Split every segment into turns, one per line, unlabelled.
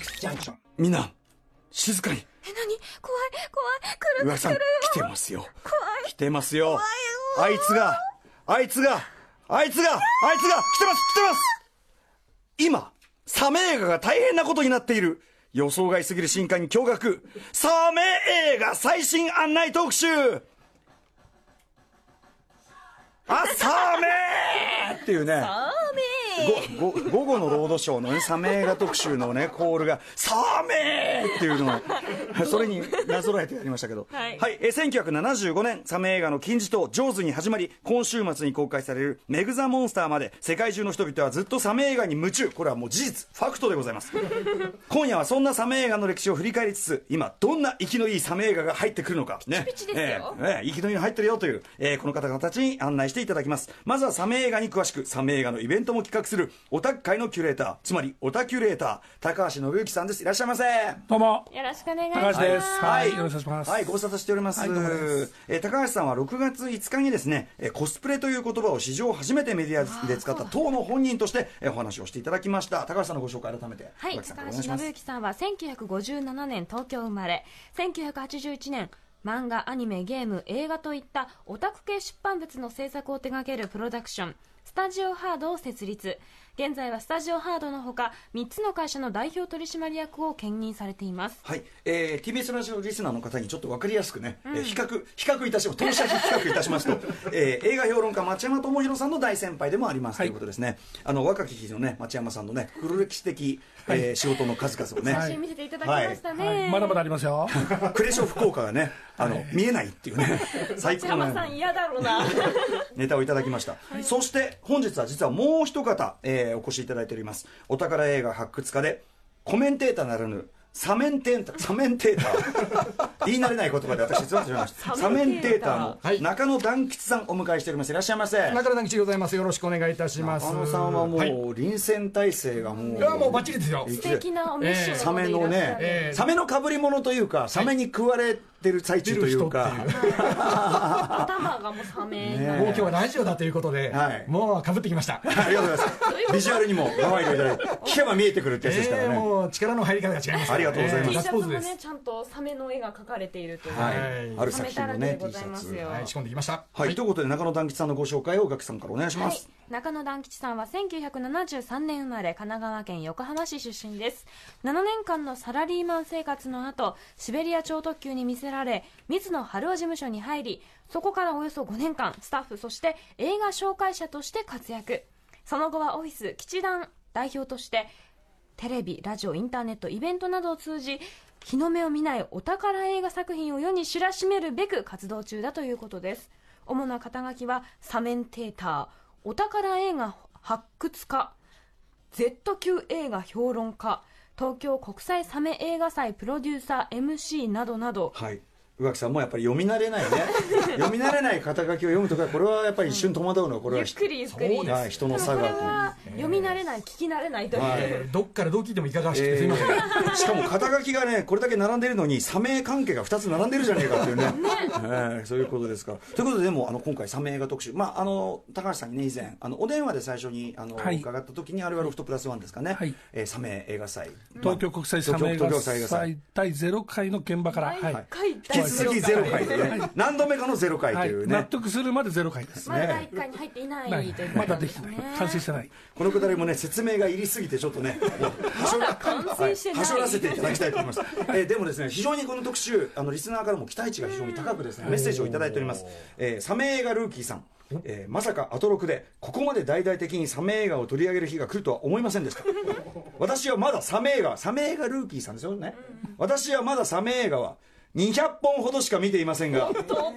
station.
みんな、静かに。
え、なに怖い、怖い、来る、
上木さん、
来
来て
る
ますよ。
怖い。
来てますよ。あいつが、あいつが、あいつが、あいつが、来てます、来てます今、サメ映画が大変なことになっている。予想外すぎる進化に驚愕。サメ映画最新案内特集あ、サメっていうね。
あーめー
ごご午後のロードショーのね、サメ映画特集のね、コールが、サメーっていうのを、それになぞらえてやりましたけど、
はい
えー1975年、サメ映画の金字塔、ジョーズに始まり、今週末に公開される、メグ・ザ・モンスターまで、世界中の人々はずっとサメ映画に夢中。これはもう事実、ファクトでございます。今夜はそんなサメ映画の歴史を振り返りつつ、今、どんな生きのいいサメ映画が入ってくるのか、ね
ピチですよ
えーえー生きのいいの入ってるよという、えーこの方々たちに案内していただきます。まずはサメ映画に詳しく、サメ映画のイベントも企画する、オタク界のキュレーター、つまりオタキュレーター、高橋信之さんです。いらっしゃいませ。
どうも、
よろしくお願いしま
高
す。
橋です。はい、よろしくお願いします。
はい、ご無沙汰しております。
はいどうもです
えー高橋さんは6月5日にですね、えーコスプレという言葉を史上初めてメディアで使った当の本人として、えーお話をしていただきました。高橋さんのご紹介改めて。
はい、
高橋さん
高
お願
橋
いしま
信
す。
之さんは1957年東京生まれ、1981年、漫画、アニメ、ゲーム、映画といったオタク系出版物の制作を手掛けるプロダクション、スタジオハードを設立。現在はスタジオハードのほか、3つの会社の代表取締役を兼任されています。
はい、えー、TBS ラジオリスナーの方にちょっと分かりやすくね、えー比較比較いたします当社比較いたします と、えー映画評論家町山智博さんの大先輩でもあります、
はい
ということですねあの若き日のね町山さんのね黒歴史的、えー仕事の数々をね、
は
写
い
真見せていただきましたね。
はいまだまだありますよ。
クレショ福岡がねあの、見えないっていうね最
内山さん嫌だろうな。
ネタをいただきました、そして本日は実はもう一方、えーお越しいただいておりますお宝映画発掘家でコメンテーターならぬサメンテーターサメンテータ ー言い慣れない言葉で私説明しましたサ
サ
メ
メ
ン
ン
テ
テ
ー
ー
タ
ター
ーの中野団吉さんお迎えしておりますいらっしゃいませ
中田さん吉でございます。よろしくお願いいたします。
中野さんはもう、
い、い
臨戦態勢がもう
やもうバッチリですよ。
い
素敵なお召し
サ
物
メ
でいら
の
っしゃ
ね、
る。
ええ
サメのかぶり物というかサメに食われてる最中というか、
出る人って
頭がもうサメ
ね
な。
もう今日はラジオだということで、
はい
もうかぶってきました。
ありがとうございます。ビジュアルにも可愛いのいただいて、聞けば見えてくるってやつですから
えー
ね。
もう力の入り方が違いますから。
ありがとうございます
えー
T シ
ガッツ
ャ
ポーズ
ツも
です
ね、。ちゃんとサメの絵が描かれているという。
は
はい
い。ある作品のね、
サ
T シ
メだらけで
ャ
ございます
ツ。
よ
はい、仕込んできました。
はい、ということで中野団吉さんのご紹介をガキさんからお願いしま
はい
す。、
中野団吉さんは1973年生まれ神奈川県横浜市出身です7年間のサラリーマン生活の後シベリア超特急に魅せられ水野春夫事務所に入りそこからおよそ5年間スタッフそして映画紹介者として活躍その後はオフィス吉団代表としてテレビラジオインターネットイベントなどを通じ日の目を見ないお宝映画作品を世に知らしめるべく活動中だということです主な肩書きはサメンテーターお宝映画発掘家 Z 級映画評論家東京国際サメ映画祭プロデューサー MC などなど
はい。宇垣さんもやっぱり読み慣れ ないね。読み慣れない肩書きを読むとか、これはやっぱり一瞬戸惑うのは、これ
ゆ
は
っ。くりゆっくり
そう
はい、人の差
こ
が
れ
あ
は読み慣れない聞き慣れないという、
はい
えーどっからどう聞いてもいかがわし
る
くてすいません。
えーしかも肩書きがね、これだけ並んでるのに、サメ関係が2つ並んでるじゃねえかっていうね、えーそういうことですから。ということで、でもあの今回、サメ映画特集、まああの、高橋さんにね、以前、あのお電話で最初にあの、
はい
伺った時に、あれはロフトプラスワンですかね、
はい
えーサメ映画祭、
東京国際サメ映
東京
画
東京国際映画祭
祭第0回の現場から、は
毎
い
回
引き続きゼロ回でね、
はい
何度目かのゼロ回と
はい
いうね、
納得するまで0回です。
まだ第1回に入っていな
はい
いというこ
ま
と
だ
で
ですき
ね
ない、完成してない。
このくだりもね説明が入りすぎてちょっとねは
まだ完成してない
はしょらせていただきたいと思います、えーでもですね非常にこの特集あのリスナーからも期待値が非常に高くですねメッセージをいただいております、えーサメ映画ルーキーさんえーまさかアトロクでここまで大々的にサメ映画を取り上げる日が来るとは思いませんでした私はまだサメ映画サメ映画ルーキーさんですよね、私はまだサメ映画は200本ほどしか見ていませんが
おっとおっ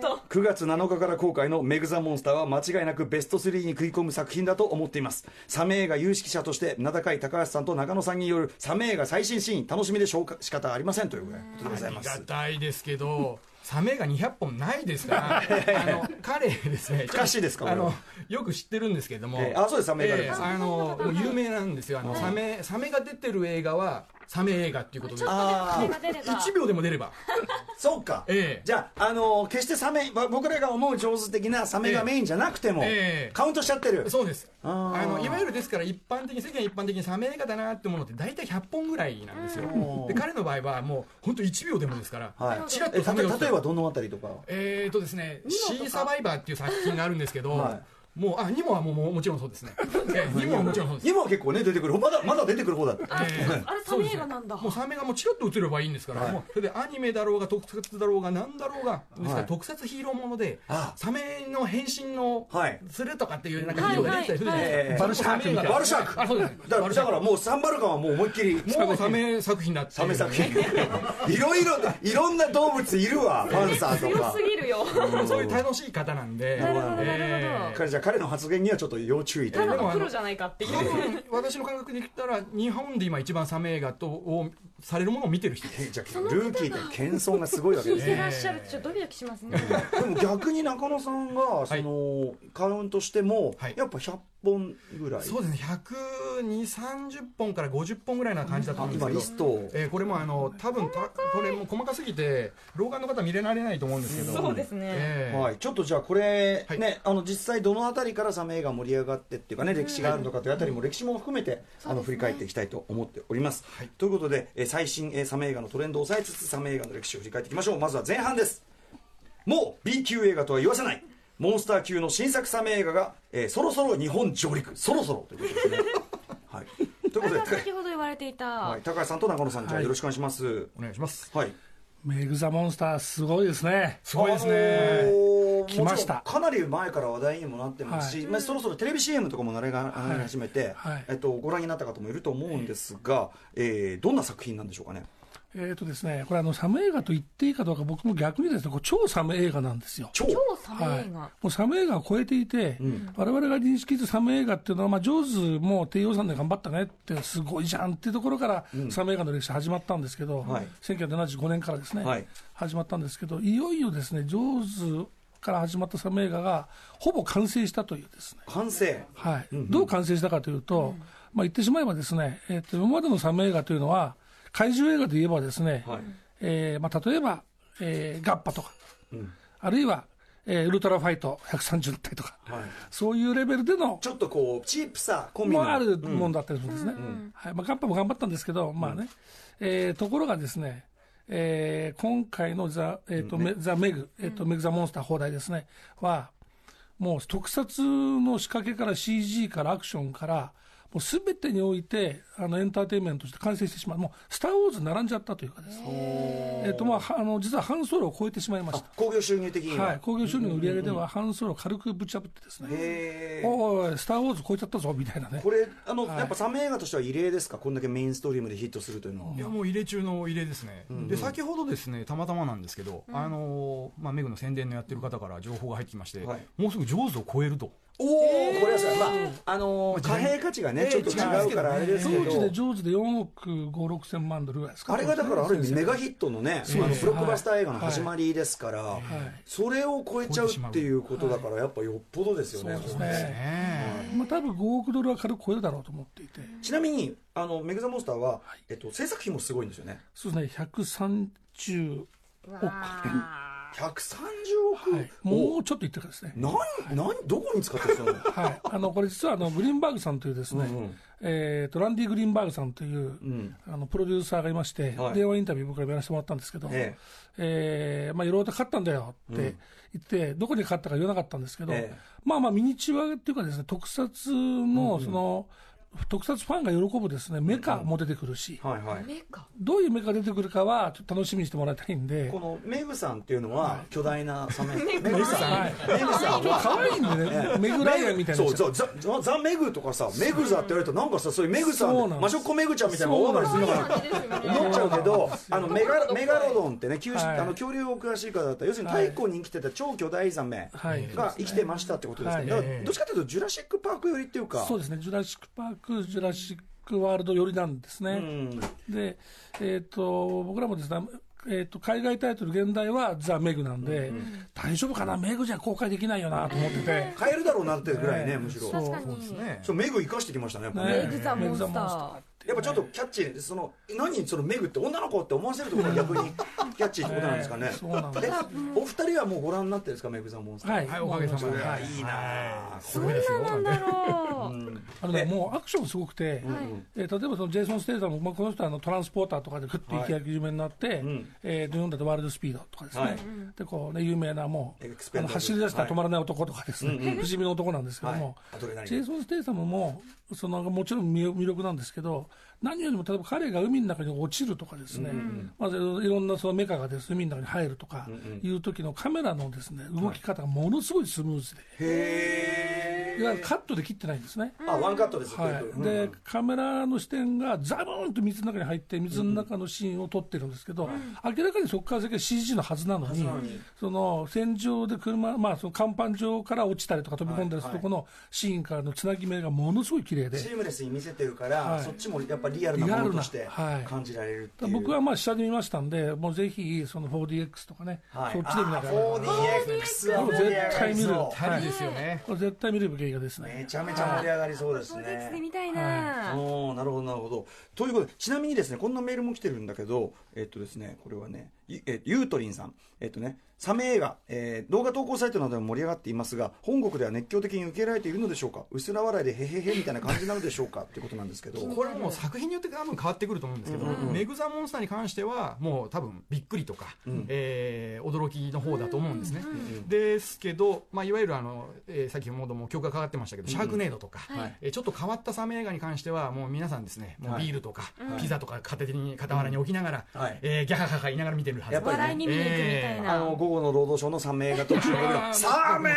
と
9月7日から公開の「メグ・ザ・モンスター」は間違いなくベスト3に食い込む作品だと思っていますサメ映画有識者として名高い高橋さんと中野さんによるサメ映画最新シーン楽しみでしょうか仕方ありませんということでござ
あ
い
り
ま
が
す
たいですけ ど、サメが200本ないですから、あの彼ですね、
かしいですか
あの
こ
よく知ってるんですけれども、
えーあそうですサメ映画です
えーあのもう有名なんですよ、あのサメサメが出てる映画は、サメ映画っていうことで
ちょっとでも
あー
風が出れば
1秒でも出れば
そうか、
ええ
じゃあ、あの決してサメば僕らが思う上手的なサメがメインじゃなくても、
ええ
カウントしちゃってる
そうです
あ
あ
ー
のいわゆるですから一般的に世間一般的にサメ映画だなってものって大体100本ぐらいなんですよ
うん
で彼の場合はもう本当1秒でもですから、
はい、
チラッ
え
とサメが映
た
っ
例
た
えばどのあたりとか
えーとですね、シーサバイバーっていう作品があるんですけど、
は
もう、あ、ニモはもうもうもちろんそうですね。えーニモはもちろんそうです。
今は結構ね出てくるまだまだ出てくる方だ
あ
えー
あれサメ映画なんだ
もうサメがもうチラッと映ればいいんですから、
はい
もうそれでアニメだろうが特撮だろうが何だろうが、ですか
は
ら
い
特撮ヒーローもので
あ
サメの変身の
はい
するとかっていうなんかヒーローが出てきたりするじゃない
はいは
で
い
すか、
バルシャークみたいな
バルシャーク
あそうですね
だ
バルシャ
だ
ー
か
ク
らもうサンバルカンはもう思いっきり
もうサメ作品だってい
サ
うね
メ作品いろいろいろんな動物いるわパンサーと
強
か
すぎるよ
そういう楽しい方なんで
なるほどなるほど
えー
彼じゃあ彼の発言にはちょっと要注意と
た
いう
だ
でも
の
あ
プ
の
ロじゃないかっていう
多分私の感覚で言ったら日本で今一番サメ映画とをされるものを見てる人です
じゃあルーキーが謙遜がすごいわけ
聞
で
い
す
て
ね
らっしゃるとちょっとドキドキしますね
でも逆に中野さんがその、カウントしても、
はい
やっぱ100本ぐらい
そうですね12030本から50本ぐらいな感じだと思うんで
今リ
す
ス
けど
トを
えーこれもあの多分たこれも細かすぎて老眼の方見れられないと思うんですけど
そうですね
えー
はい、ちょっとじゃあこれ、
はい
ね、あの実際どのあたりからサメが盛り上がってっていうかね歴史があるのかというあたりも歴史も含めて、あの振り返っていきたいと思っております、ということで、えー最新、えーサメ映画のトレンドを抑えつつサメ映画の歴史を振り返っていきましょうまずは前半ですもう B 級映画とは言わせないモンスター級の新作サメ映画が、えーそろそろ日本上陸そろそろということですね、はい、という
あ
こと
れは
で
先ほど言われていた
はい、高橋さんと中野さん、じゃあよろしくお願いします。
お願いします
はい、
メグザモンスターすごいですね
すごいです
あの
ね
ー
来ました
もちろんかなり前から話題にもなってますし、まあ、そろそろテレビ CM とかも慣れが流れ始めて、
はい
えっと、ご覧になった方もいると思うんですが、えーどんな作品なんでしょうかね。
えっ、とですねこれあのサメ映画と言っていいかどうか僕も逆にですねこう超サメ映画なんですよ
超
超サメ
は
映
い、
画
もうサメ映画を超えていて、我々が認識するサメ映画っていうのは、まあ、ジョーズも低予算で頑張ったねって、すごいじゃんっていうところから、サメ映画の歴史始まったんですけど、
はい
1975年からですね、
はい
始まったんですけど、いよいよですね、ジョーズから始まったサメ映画が、ほぼ完成したというですね、
完成
はいどう完成したかというと、まあ、言ってしまえばですね、えっと今までのサメ映画というのは、怪獣映画で言えばですね、
はい
えーまあ、例えば、えーガッパとか、あるいは、えーウルトラファイト130体とか、
はい
そういうレベルでの
ち、ょっとこうチープさ込み
も
の
あるもんだったりするんですね。はいまあ、ガッパも頑張ったんですけど、まあね、えーところがですね、えー今回のザ・,、えーとメザメグ、えーとメグ・ザ・モンスター放題ですね、は、もう特撮の仕掛けから CG からアクションから、もうすべてにおいて、あのエンターテインメントとして完成してしまう、もうスター・ウォーズ並んじゃったというかですね、えーとまあ、はあの実は半ソロを超えてしまいました。
興行収入的には、
はい、興行収入の売り上げでは、半ソロを軽くぶち破ってですね、
えー
おいおい、スター・ウォーズ超えちゃったぞみたいなね
こ、れあの、やっぱサメ映画としては異例ですかこんだけメインストリームでヒットするというのは、
いやもう入れ中の入れですね、で先ほどですねたまたまなんですけど、あのーまあ、メグの宣伝のやってる方から情報が入ってきまして、
はい
もうすぐ上手を超えると
おおこれはさ、まああのー貨幣価値がね、ちょっと違うからあれですけ
当
ど
時でジョーズで4億5、6千万ドルぐらいですか、
あれがだからある意味メガヒットのね、あのブロックバスター映画の始まりですから、それを超えちゃうっていうことだからやっぱよっぽどですよね。
ね、
ね
まあ多分5億ドルは軽く超えるだろうと思っていて、
ちなみにあのメグザモンスターは、えっと制作費もすごいんですよね。
そうですね、130億、
130億。
はい、もうちょっといってからですね。
何何どこに使ってるんです か。
はい、あのこれ実はあのグリーンバーグさんというですね、えーとランディ・グリーンバーグさんという、あのプロデューサーがいまして、
はい
電話インタビュー僕からやらせてもらったんですけど、
え
えーまあいろいろと勝ったんだよって言って、どこに勝ったか言わなかったんですけど、
ええ
まあまあミニチュアっていうかですね特撮のその、特撮ファンが喜ぶですねメカも出てくるし、
はいはい。
メカ
どういうメカ出てくるかはちょっと楽しみにしてもらいたいんで
こ。のメグさんっていうのは巨大なサメ。メグ
はい、
メグさんは。
可愛いんでね、メグライアンみたいな
そ
人
うそうザザザメグとかさメグザって言われるとなんかさそういうメグさ
そうんなん
マ
で
シ
す
ョコメグちゃんみたいなのが大笑いするのかな
感じですよね
思っちゃうけど、あのメガ
どこ
メガロドンってね、旧
はい
あの恐竜を詳しい方だったら、要するに太古に生きてた超巨大ザメ
はい
が生きてましたってことですけど、
はい
だからどっちかというとジュラシックパーク寄りっていうか、
そうですね、ジュラシック・パーク、ジュラシック・ワールド寄りなんですね。
ん
で、えっ、と、僕らもですね、えっと海外タイトル、現代はザ・メグなんで、大丈夫かな、メグじゃ公開できないよなと思ってて、
買えるだろうなってぐらいね、
ね
むしろ。
確か
ち
に
ね
ょメグ生かしてきましたね、やっぱね
メグザモンスター
メグザモンスターって
やっぱちょっとキャッチーその何そのメグって女の子って思わせるところが逆にキャッチーってことなんですかね
ええそうなんです
えお二人はもうご覧になってるんですかメグザモンスター
はい
はい、おかげさまで。
はい
いなあ
すごいですよ。
なんだろ
う
う。
ん
あのねもうアクションすごくて、
はい
えー例えばそのジェイソン・ステイさんも、まあ、この人はあのトランスポーターとかでグッと
はい
行き始めになって、
ん
えー日本だとワールドスピードとかですね、
はい
でこうね有名なもう
エクスペ
あ
ンダブル
の走り出したら止まらない男とかですね、不死身の男なんですけども、
はいアドレナリン
ジェイソン・ステイさんもそのもちろん魅魅力なんですけど、何よりも例えば彼が海の中に落ちるとかですね、まずいろんなそのメカがです、ね、海の中に入るとかいう時のカメラのですね動き方がものすごいスムーズで、
へえ
いわゆるカットで切ってないんですね。
あワンカットです
はい、でカメラの視点がザブーンと水の中に入って水の中のシーンを撮ってるんですけど、明らかにそこから先は CG のはずなのに、その戦場で車、まあ、その甲板上から落ちたりとか飛び込んだりするとこのシーンからのつなぎ目がものすごい綺麗で。
チームレスに見せてるから、
はい
そっちもやっぱリアルなものとして
リアルなはい
感じられるっていう、
僕はまあ下で見ましたんで、もうぜひその 4DX とかね、
はい、
そっちで見ながら、こ
4DX は盛
れ
り上
絶
が
対
り
見る、
そ
はい、ですよね。
これ絶対見れば映画です
うめ
ね。
ちゃめちゃ盛り上がりそうです
そうです
ね
ね、みたいな。
おーなるほどなるほどということでちなみにですねこんなメールも来てるんだけどえっとですねこれはねゆ,、えゆうとりんさんえっとねサメ映画、えー動画投稿サイトなどでも盛り上がっていますが本国では熱狂的に受け入れられているのでしょうか薄ら笑いでへへへみたいな感じなのでしょうかってことなんですけど
これもう作品によって多分変わってくると思うんですけど、メグザモンスターに関してはもう多分びっくりとか、えー驚きの方だと思うんですね、ですけど、まあ、いわゆるあの、えー先ほども曲がかかってましたけど、シャークネードとか、
はい
えーちょっと変わったサメ映画に関してはもう皆さんですねもう
はい
ビールとか、ピザとか片手に傍らに置きながら、
はい
えーギャハハハ言いながら見てるはず
やっぱりね
笑いに見に行くみたい
え
あ
な。
の午後の労働省のサメ映画特集の時 の「サメ!」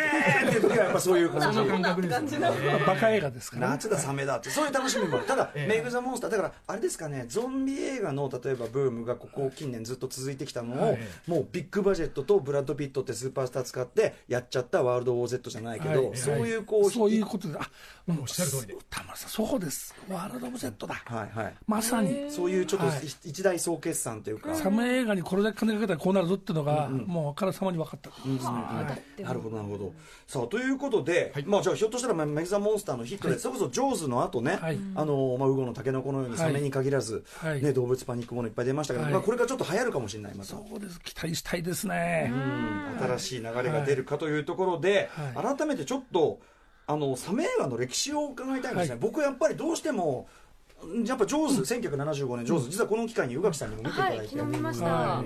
っていう時はやっぱそういう感
そ
じ
の感覚ですよね、えー
バカ映画ですから、ね。
夏だサメだってそういう楽しみもあるただ、
ええ
メイク・ザ・モンスターだからあれですかねゾンビ映画の例えばブームがここ近年ずっと続いてきたのを、
はい
もうビッグバジェットとブラッド・ピットってスーパースター使ってやっちゃったワールド・ウォー・ゼットじゃないけど、
はい
そういうこう、
そういうことで、あ、もうおっ
しゃる通りで。
たまさん、そうです。ワールドオブゼットだ。
はいはい、
まさに。
そういうちょっと、
はい
一大総決算というか、
サム映画にこれだけ金かけたらこうなるぞっていうのが、もうあからさまに分かった。
はい、なるほどなるほどさあということで、まあ、じゃあひょっとしたらまあメイク・ザ・モンスターのヒットで、それこそ「ジョーズ」の後ね、
はい
あのまあ、ウゴのタケノコのようにサメに限らず、
はい
ね、動物パニックものいっぱい出ましたけど、
はい
まあ、これがちょっと流行るかもしれないまた。
そうです。期待したいですね。
新しい流れが出るかというところで、
は
改めてちょっとあのサメ映画の歴史を伺いたいんですね、
はい
僕やっぱりどうしてもやっぱジョーズ、1975年ジョーズ実はこの機会に宇垣さんにも見ていた
は
だい
い、
て、
昨日見まし
は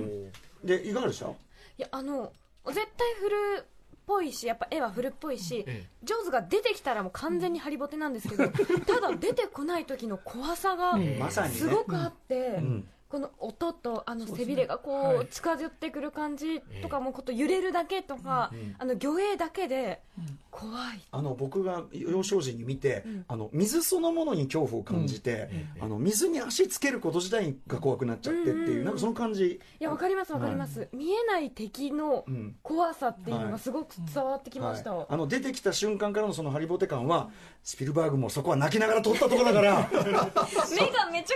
た。
でいかがでした
いやあの絶対古っぽいしやっぱ絵は古っぽいし、
ええ
ジョーズが出てきたらもう完全にハリボテなんですけ どただ出てこない時の怖さが
まさにね
すごくあって、
ん
この音とあの
そうで
背
すね
びれがこ
は
う
い
近寄ってくる感じとかもうこと揺れるだけとか、あの魚影だけで怖い、
あの僕が幼少時に見て、あの水そのものに恐怖を感じて、あの水に足つけること自体が怖くなっちゃってっていう、なんかその感じ、
いやわかりますわかります、見えない敵の
ん
怖さっていうの
は
が
い
すごく伝わってきました、
はいあの出てきた瞬間からのそのハリボテ感はスピルバーグもそこは泣きながら撮ったところだから。
目がめちゃくちゃ可愛いんですよ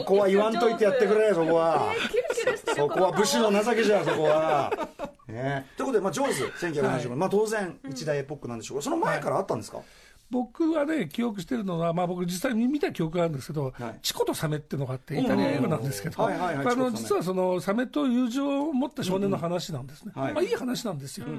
そこは言わんといてやってくれ そこは
ジョーズキュルキュルしてる
そこは
の
武士の
顔
情けじゃそこは。ね、ということで、まあ、ジョーズ1975年、
は
まあ、当然一大エポックなんでしょうがその前からあったんですか、
僕はね、記憶してるのは、まあ僕実際に見た記憶があるんですけど、
はい
チコとサメっていうのがあって、イタリア映画なんですけど、
うんはいはいはいチコ
あ
とサ
の、
メ
実はそのサメと友情を持った少年の話なんですね。
うんはい
まあいい話なんですよ。で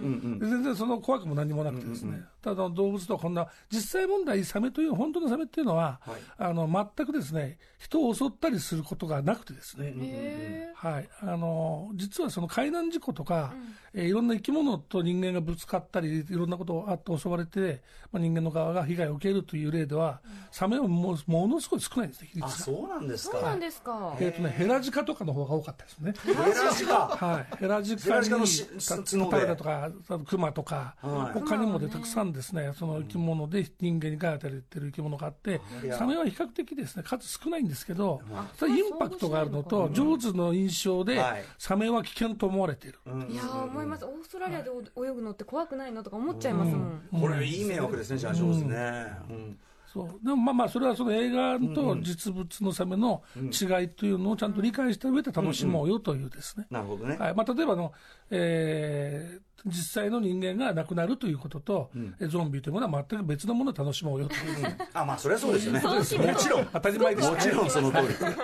全然その怖くも何もなくてですね、ただ動物とはこんな、実際問題サメという、本当のサメっていうのは、
はい
あの、全くですね、人を襲ったりすることがなくてですね、
へ
はい、あの実はその海難事故とか、えーいろんな生き物と人間がぶつかったり、いろんなことがあって襲われて、まあ、人間の側が被害を受けるという例では、サメはもうものすごい少ないんですね、比
あ
率が。
そうなんです
ー
か
そうなんですか
えっ、とね、ヘラジカとかの方が多かったですね。
ヘラジカ
はい、ヘラジ
ヘ
カ
ラ
に
ジカのし
た
角で
タイだとか、あとクマとか、
はい
他にもでたくさんですね、その生き物で人間に害を与えてる生き物があって
い、や
サメは比較的ですね、数少ないんですけど、それインパクトがあるのと、ジョーズの印象で
はい、
サメは危険と思われている。
いやー思いますオーストラリアでお泳ぐのって怖くないのとか思っちゃいますもん、
これいい迷惑ですねじゃあ上手ね、うん
そうでもまあまあ、それはその映画と実物のための違いというのをちゃんと理解した上で楽しもうよというですね、
なるほどね。
はいまあ、例えばあの、えー実際の人間が亡くなるということと、えゾンビというものは全く別のものを楽しもうよという、
あ、まあ、それはそうですよね。
そう
も
ですね
ちろん。
当たり前でし
も
た
ちろんその通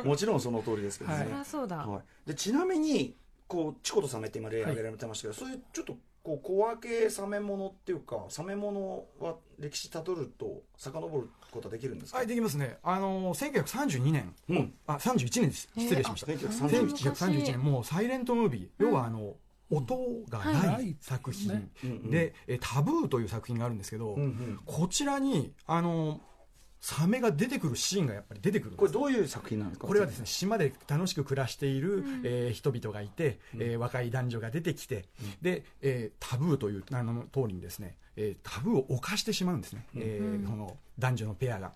り。もちろんその通りですけどね。は
は
いい
そりゃそうだ、
でちなみに、こう、チコとサメって今例を挙げられてましたけど、そういうちょっと、こう、小分けサメものっていうか、サメものは歴史たどると、遡ることはできるんですか
はい、できますね。あのー、1932年、
うん。
あ、31年です。失礼しました。
1931
1931年、もうサイレントムービー、要はあの、音が
は
ないい作
は
品
いうんうん
で、えタブーという作品があるんですけど、
うんうん
こちらに、あの、サメが出てくるシーンがやっぱり出てくるんです
これどういう作品なんですか
これはですね、島で楽しく暮らしている、えー人々がいて、えー若い男女が出てきて、で、えータブーという名の通りにですね、えータブーを犯してしまうんですね、えーこの男女のペアが。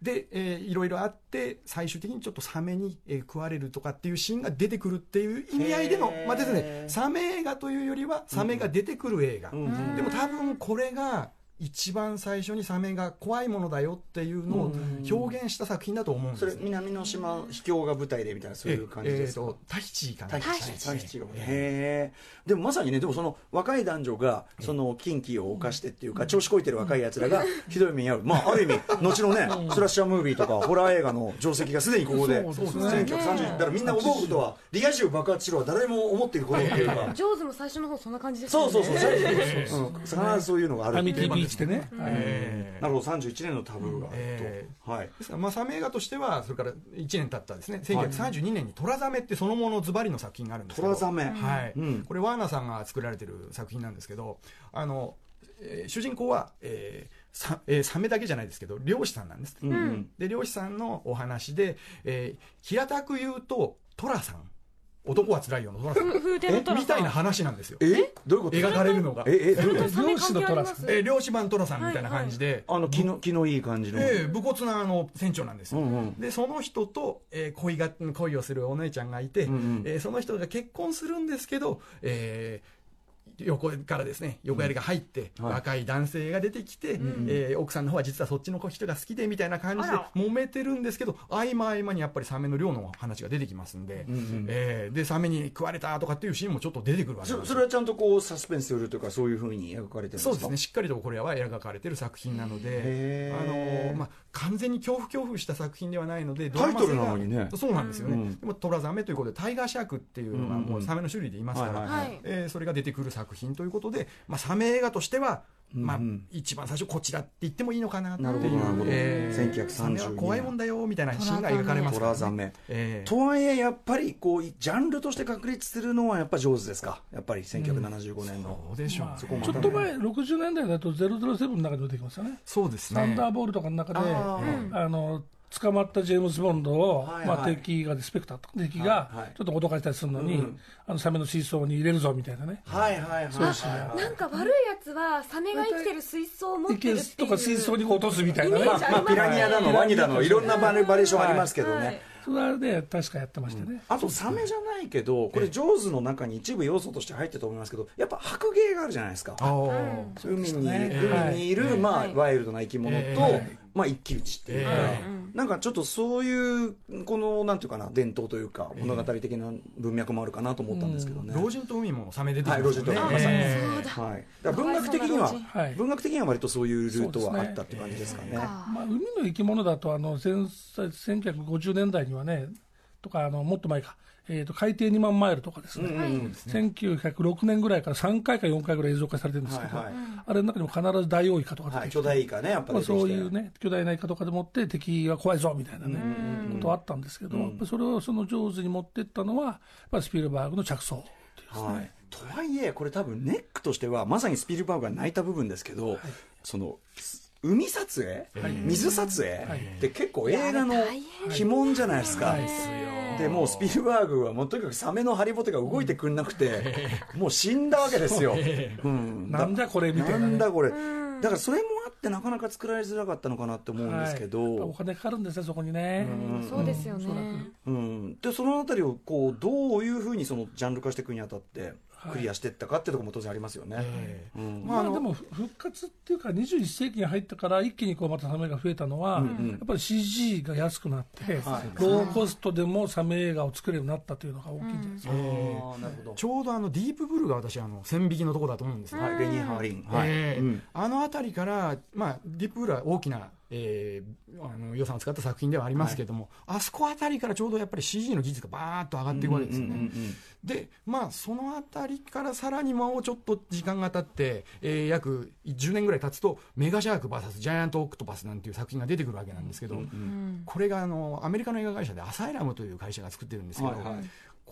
で、えーいろいろあって、最終的にちょっとサメに、えー食われるとかっていうシーンが出てくるっていう意味合いでの
へー、
まあですね、サメ映画というよりは、サメが出てくる映画。
うんうん
でも多分これが、一番最初にサメが怖いものだよっていうのを表現した作品だと思うんです
そ
ね
れ南の島秘境が舞台でみたいなそういう感じ
え
で
え
すか、
とタヒチかな
タヒチ
タ
タ
ヒ
ヒ
チ
チ
が
がへえでもまさにねでもその若い男女がその禁忌を犯してっていうか調子こいてる若いやつらがひどい目に遭うまあある意味後のねスラッシャームービーとかホラー映画の定石がすでにここで
そうですね
1930だからみんな思うことはリア充爆発しろは誰も思っていることっていうか
ジョーズも最初の方そんな感じです
そうそうそう
ね
そうそう必ずそういうのがある
網 TV 来てね、はい
ええ
なるほど31年のタブーがある
え
とはい
ですからまあ、サメ映画としては、それから1年経ったですね、1932年にトラザメってそのものズバリの作品があるんですけど、
虎ザメ
はい
うん
これ、ワーナさんが作られてる作品なんですけど、あのえー主人公は、えーさえーサメだけじゃないですけど、漁師さんなんです、
うんうん
で漁師さんのお話で、えー平たく言うと、トラさん、男はつらいよのトラ さん、
風亭のトラさ
み
ん
たいな話なんですよ、
えどういうこと
描かれるのが。
ええどういうこと
とサメ関係あります
えー漁師版トラさんみたいな感じで、
あの気の気のいい感じの、
ええ武骨なあの船長なんですよ、
うんうん
でその人と、えー恋が恋をするお姉ちゃんがいて、
んうん
えーその人が結婚するんですけど、えー横からですね横槍が入って、
はい
若い男性が出てきて、えー奥さんの方は実はそっちの人が好きでみたいな感じで
あら
揉めてるんですけど合間合間にやっぱりサメの漁の話が出てきますんで、
うんうん
えーでサメに食われたとかっていうシーンもちょっと出てくるわけなん
そ
ですよ
それはちゃんとこうサスペンスよりとかそういうふうに描かれてるんですか
そうですねしっかりとこれは描かれてる作品なので
へ
あ
ー
の、まあ、完全に恐怖恐怖した作品ではないので
タイトルなのに
ドラ
ね
マ性がそうなんですよね、
うん
でもトラザメということでタイガーシャークっていうのが
うんうんうん
もうサメの種類でいますから、
はいはい
はい
えーそれが出てくる作品ということで、まあ、サメ映画としては、まあ
うんうん、
一番最初こちらって言ってもいいのかなって
なるほど
い
なるほ
う、
ど
えー
1932
サメは怖いもんだよみたいなシーンが描かれます
ト
から、
ラ
ね、
ザメ、
えー
とはいえやっぱりこうジャンルとして確立するのはやっぱ上手ですかやっぱり1975年の、
そうでしょう、
まあ
こま
ち
た
ょっと前、60年代だと007の中でも出てきましたね、
そうです
サン
ね
ダーボールとかの中で、
あ
あ
ー
の捕まったジェームズ・ボンドを、
はい
まあ、
はい
敵が、スペクターとか、敵が
はいはい
ちょっと脅かしたりするのに、
うん
あのサメの水槽に入れるぞみたいなね、
はいはいはいはい
あなんか悪いやつはサメが生きてる水槽を持っ
い
て
け
るっ
す
てい
と
う
か水槽に落とすみたいな
イ
ね
メ、ージ
まあ、まあピラニアだのワニだのいろんなバリバリエーションありますけどね、
はい
それはね、確かやってましたね。
あとサメじゃないけどこれジョーズの中に一部要素として入ってると思いますけどやっぱ白芸があるじゃないですか
あー
海にいる,、
はい
海にいるまあ、
はい
ワイルドな生き物と、
えー
まあ、一騎打ちっていうか、
え
なんかちょっとそういうこのなんていうかな伝統というか物語的な文脈もあるかなと思ったんですけどね。
老人と海もサメ出てきますよね、
はい老人と海まさに
えー
はい、だから文学的には
かわいそうな老人
はい
文学的には割とそういうルート
そう
は
で
あ
すね
ったって感じですかね。
まあ、海の生き物だとあの前1950年代にはねとかあのもっと前か、えー、と海底2万マイルとかですね、1906年ぐらいから3回か4回ぐらい映像化されてるんですけど、
はいはい
あれの中にも必ずダイオウイカとか出て
はい、
きて
巨大イカねやっぱ
ま
り
あ、
出てき
そ
て
ういうね巨大なイカとかでもって敵は怖いぞみたいなねことあったんですけど、やっぱりそれをその上手に持っていったのはやっぱりスピルバーグの着想っていう
はい、とはいえこれ多分ネックとしてはまさにスピルバーグが泣いた部分ですけど、そのす海撮影、水撮影って結構映画の鬼門じゃないですか。でもうスピルバーグはもうとにかくサメのハリボテが動いてくれなくて、もう死んだわけですよ。うん、
なんだこれみたいなね
んだこれ。だからそれもあってなかなか作られづらかったのかなって思うんですけ
はい
ど、
やっぱお金かかるんですねそこにね、
そうですよね
おそらく
うん、でそのあたりをこうどういうふうにそのジャンル化していくにあたってクリアしていったかってとこも当然ありますよね。うん
まあ、でも復活っていうか、21世紀に入ってから一気にこうまたサメが増えたのは、やっぱり CG が安くなって、ローコストでもサメ映画を作れるようになったというのが大きいんじゃないですか。
あーなるほど
ちょうどあのディープブルーが私あの線引きのとこだと思うんですね、
はい、レニー・ハーリン、はい
えー
うん
あの辺りから、まあ、ディープブルーは大きな、えーあの予算を使った作品ではありますけれども、あそこ辺りからちょうどやっぱり CG の技術がバーッと上がっていくわけですよね。
うんうんうん
で、まあ、その辺りからさらにもうちょっと時間が経って、えー約10年ぐらい経つと、メガシャーク VS ジャイアント・オクトパスなんていう作品が出てくるわけなんですけど、これがあのアメリカの映画会社でアサイラムという会社が作ってるんですけど、
はいはい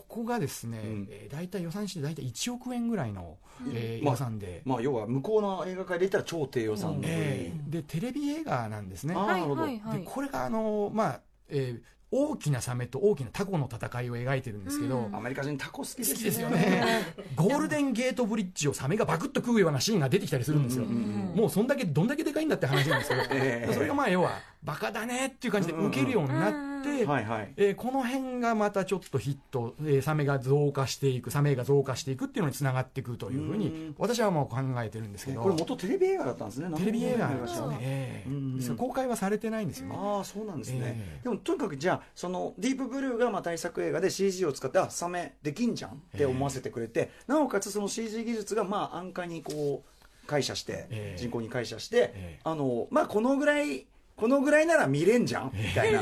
ここがですね、
ん
えー大体予算して大体1億円ぐらいの、えー
まあ
予算で、
まあ、要は向こうの映画界で言ったら超低予算で、
えーでテレビ映画なんですね。
あー
は
な
い
るほど
はいは
で
い。
これがあの、まあえー大きなサメと大きなタコの戦いを描いてるんですけど、
アメリカ人タコ好きで
好
す
きですよねゴールデンゲートブリッジをサメがバクッと食うようなシーンが出てきたりするんですよ、もうそんだけどんだけでかいんだって話なんですけど、
ええ
それがまあ要はバカだねっていう感じで受けるようになって、
はいはい
えーこの辺がまたちょっとヒット、えーサメが増加していくサメが増加していくっていうのにつながっていくというふう
うん
に私はもう考えてるんですけど
これ元テレビ映画だったんですね
テレビ映画なん
で
ですす
よ
よ
ね
ね、ええ
うん
ですから公開はされてないんですよね
ああそうなんですね、
ええ
でもとにかくじゃあそのディープブルーがまあ大作映画で CG を使ってあサメできんじゃんって思わせてくれて、なおかつその CG 技術がまあ安価にこう解釈して、
ええ
人口に解釈して、
ええ
あのまあこのぐらいこのぐらいなら見れんじゃんみたいな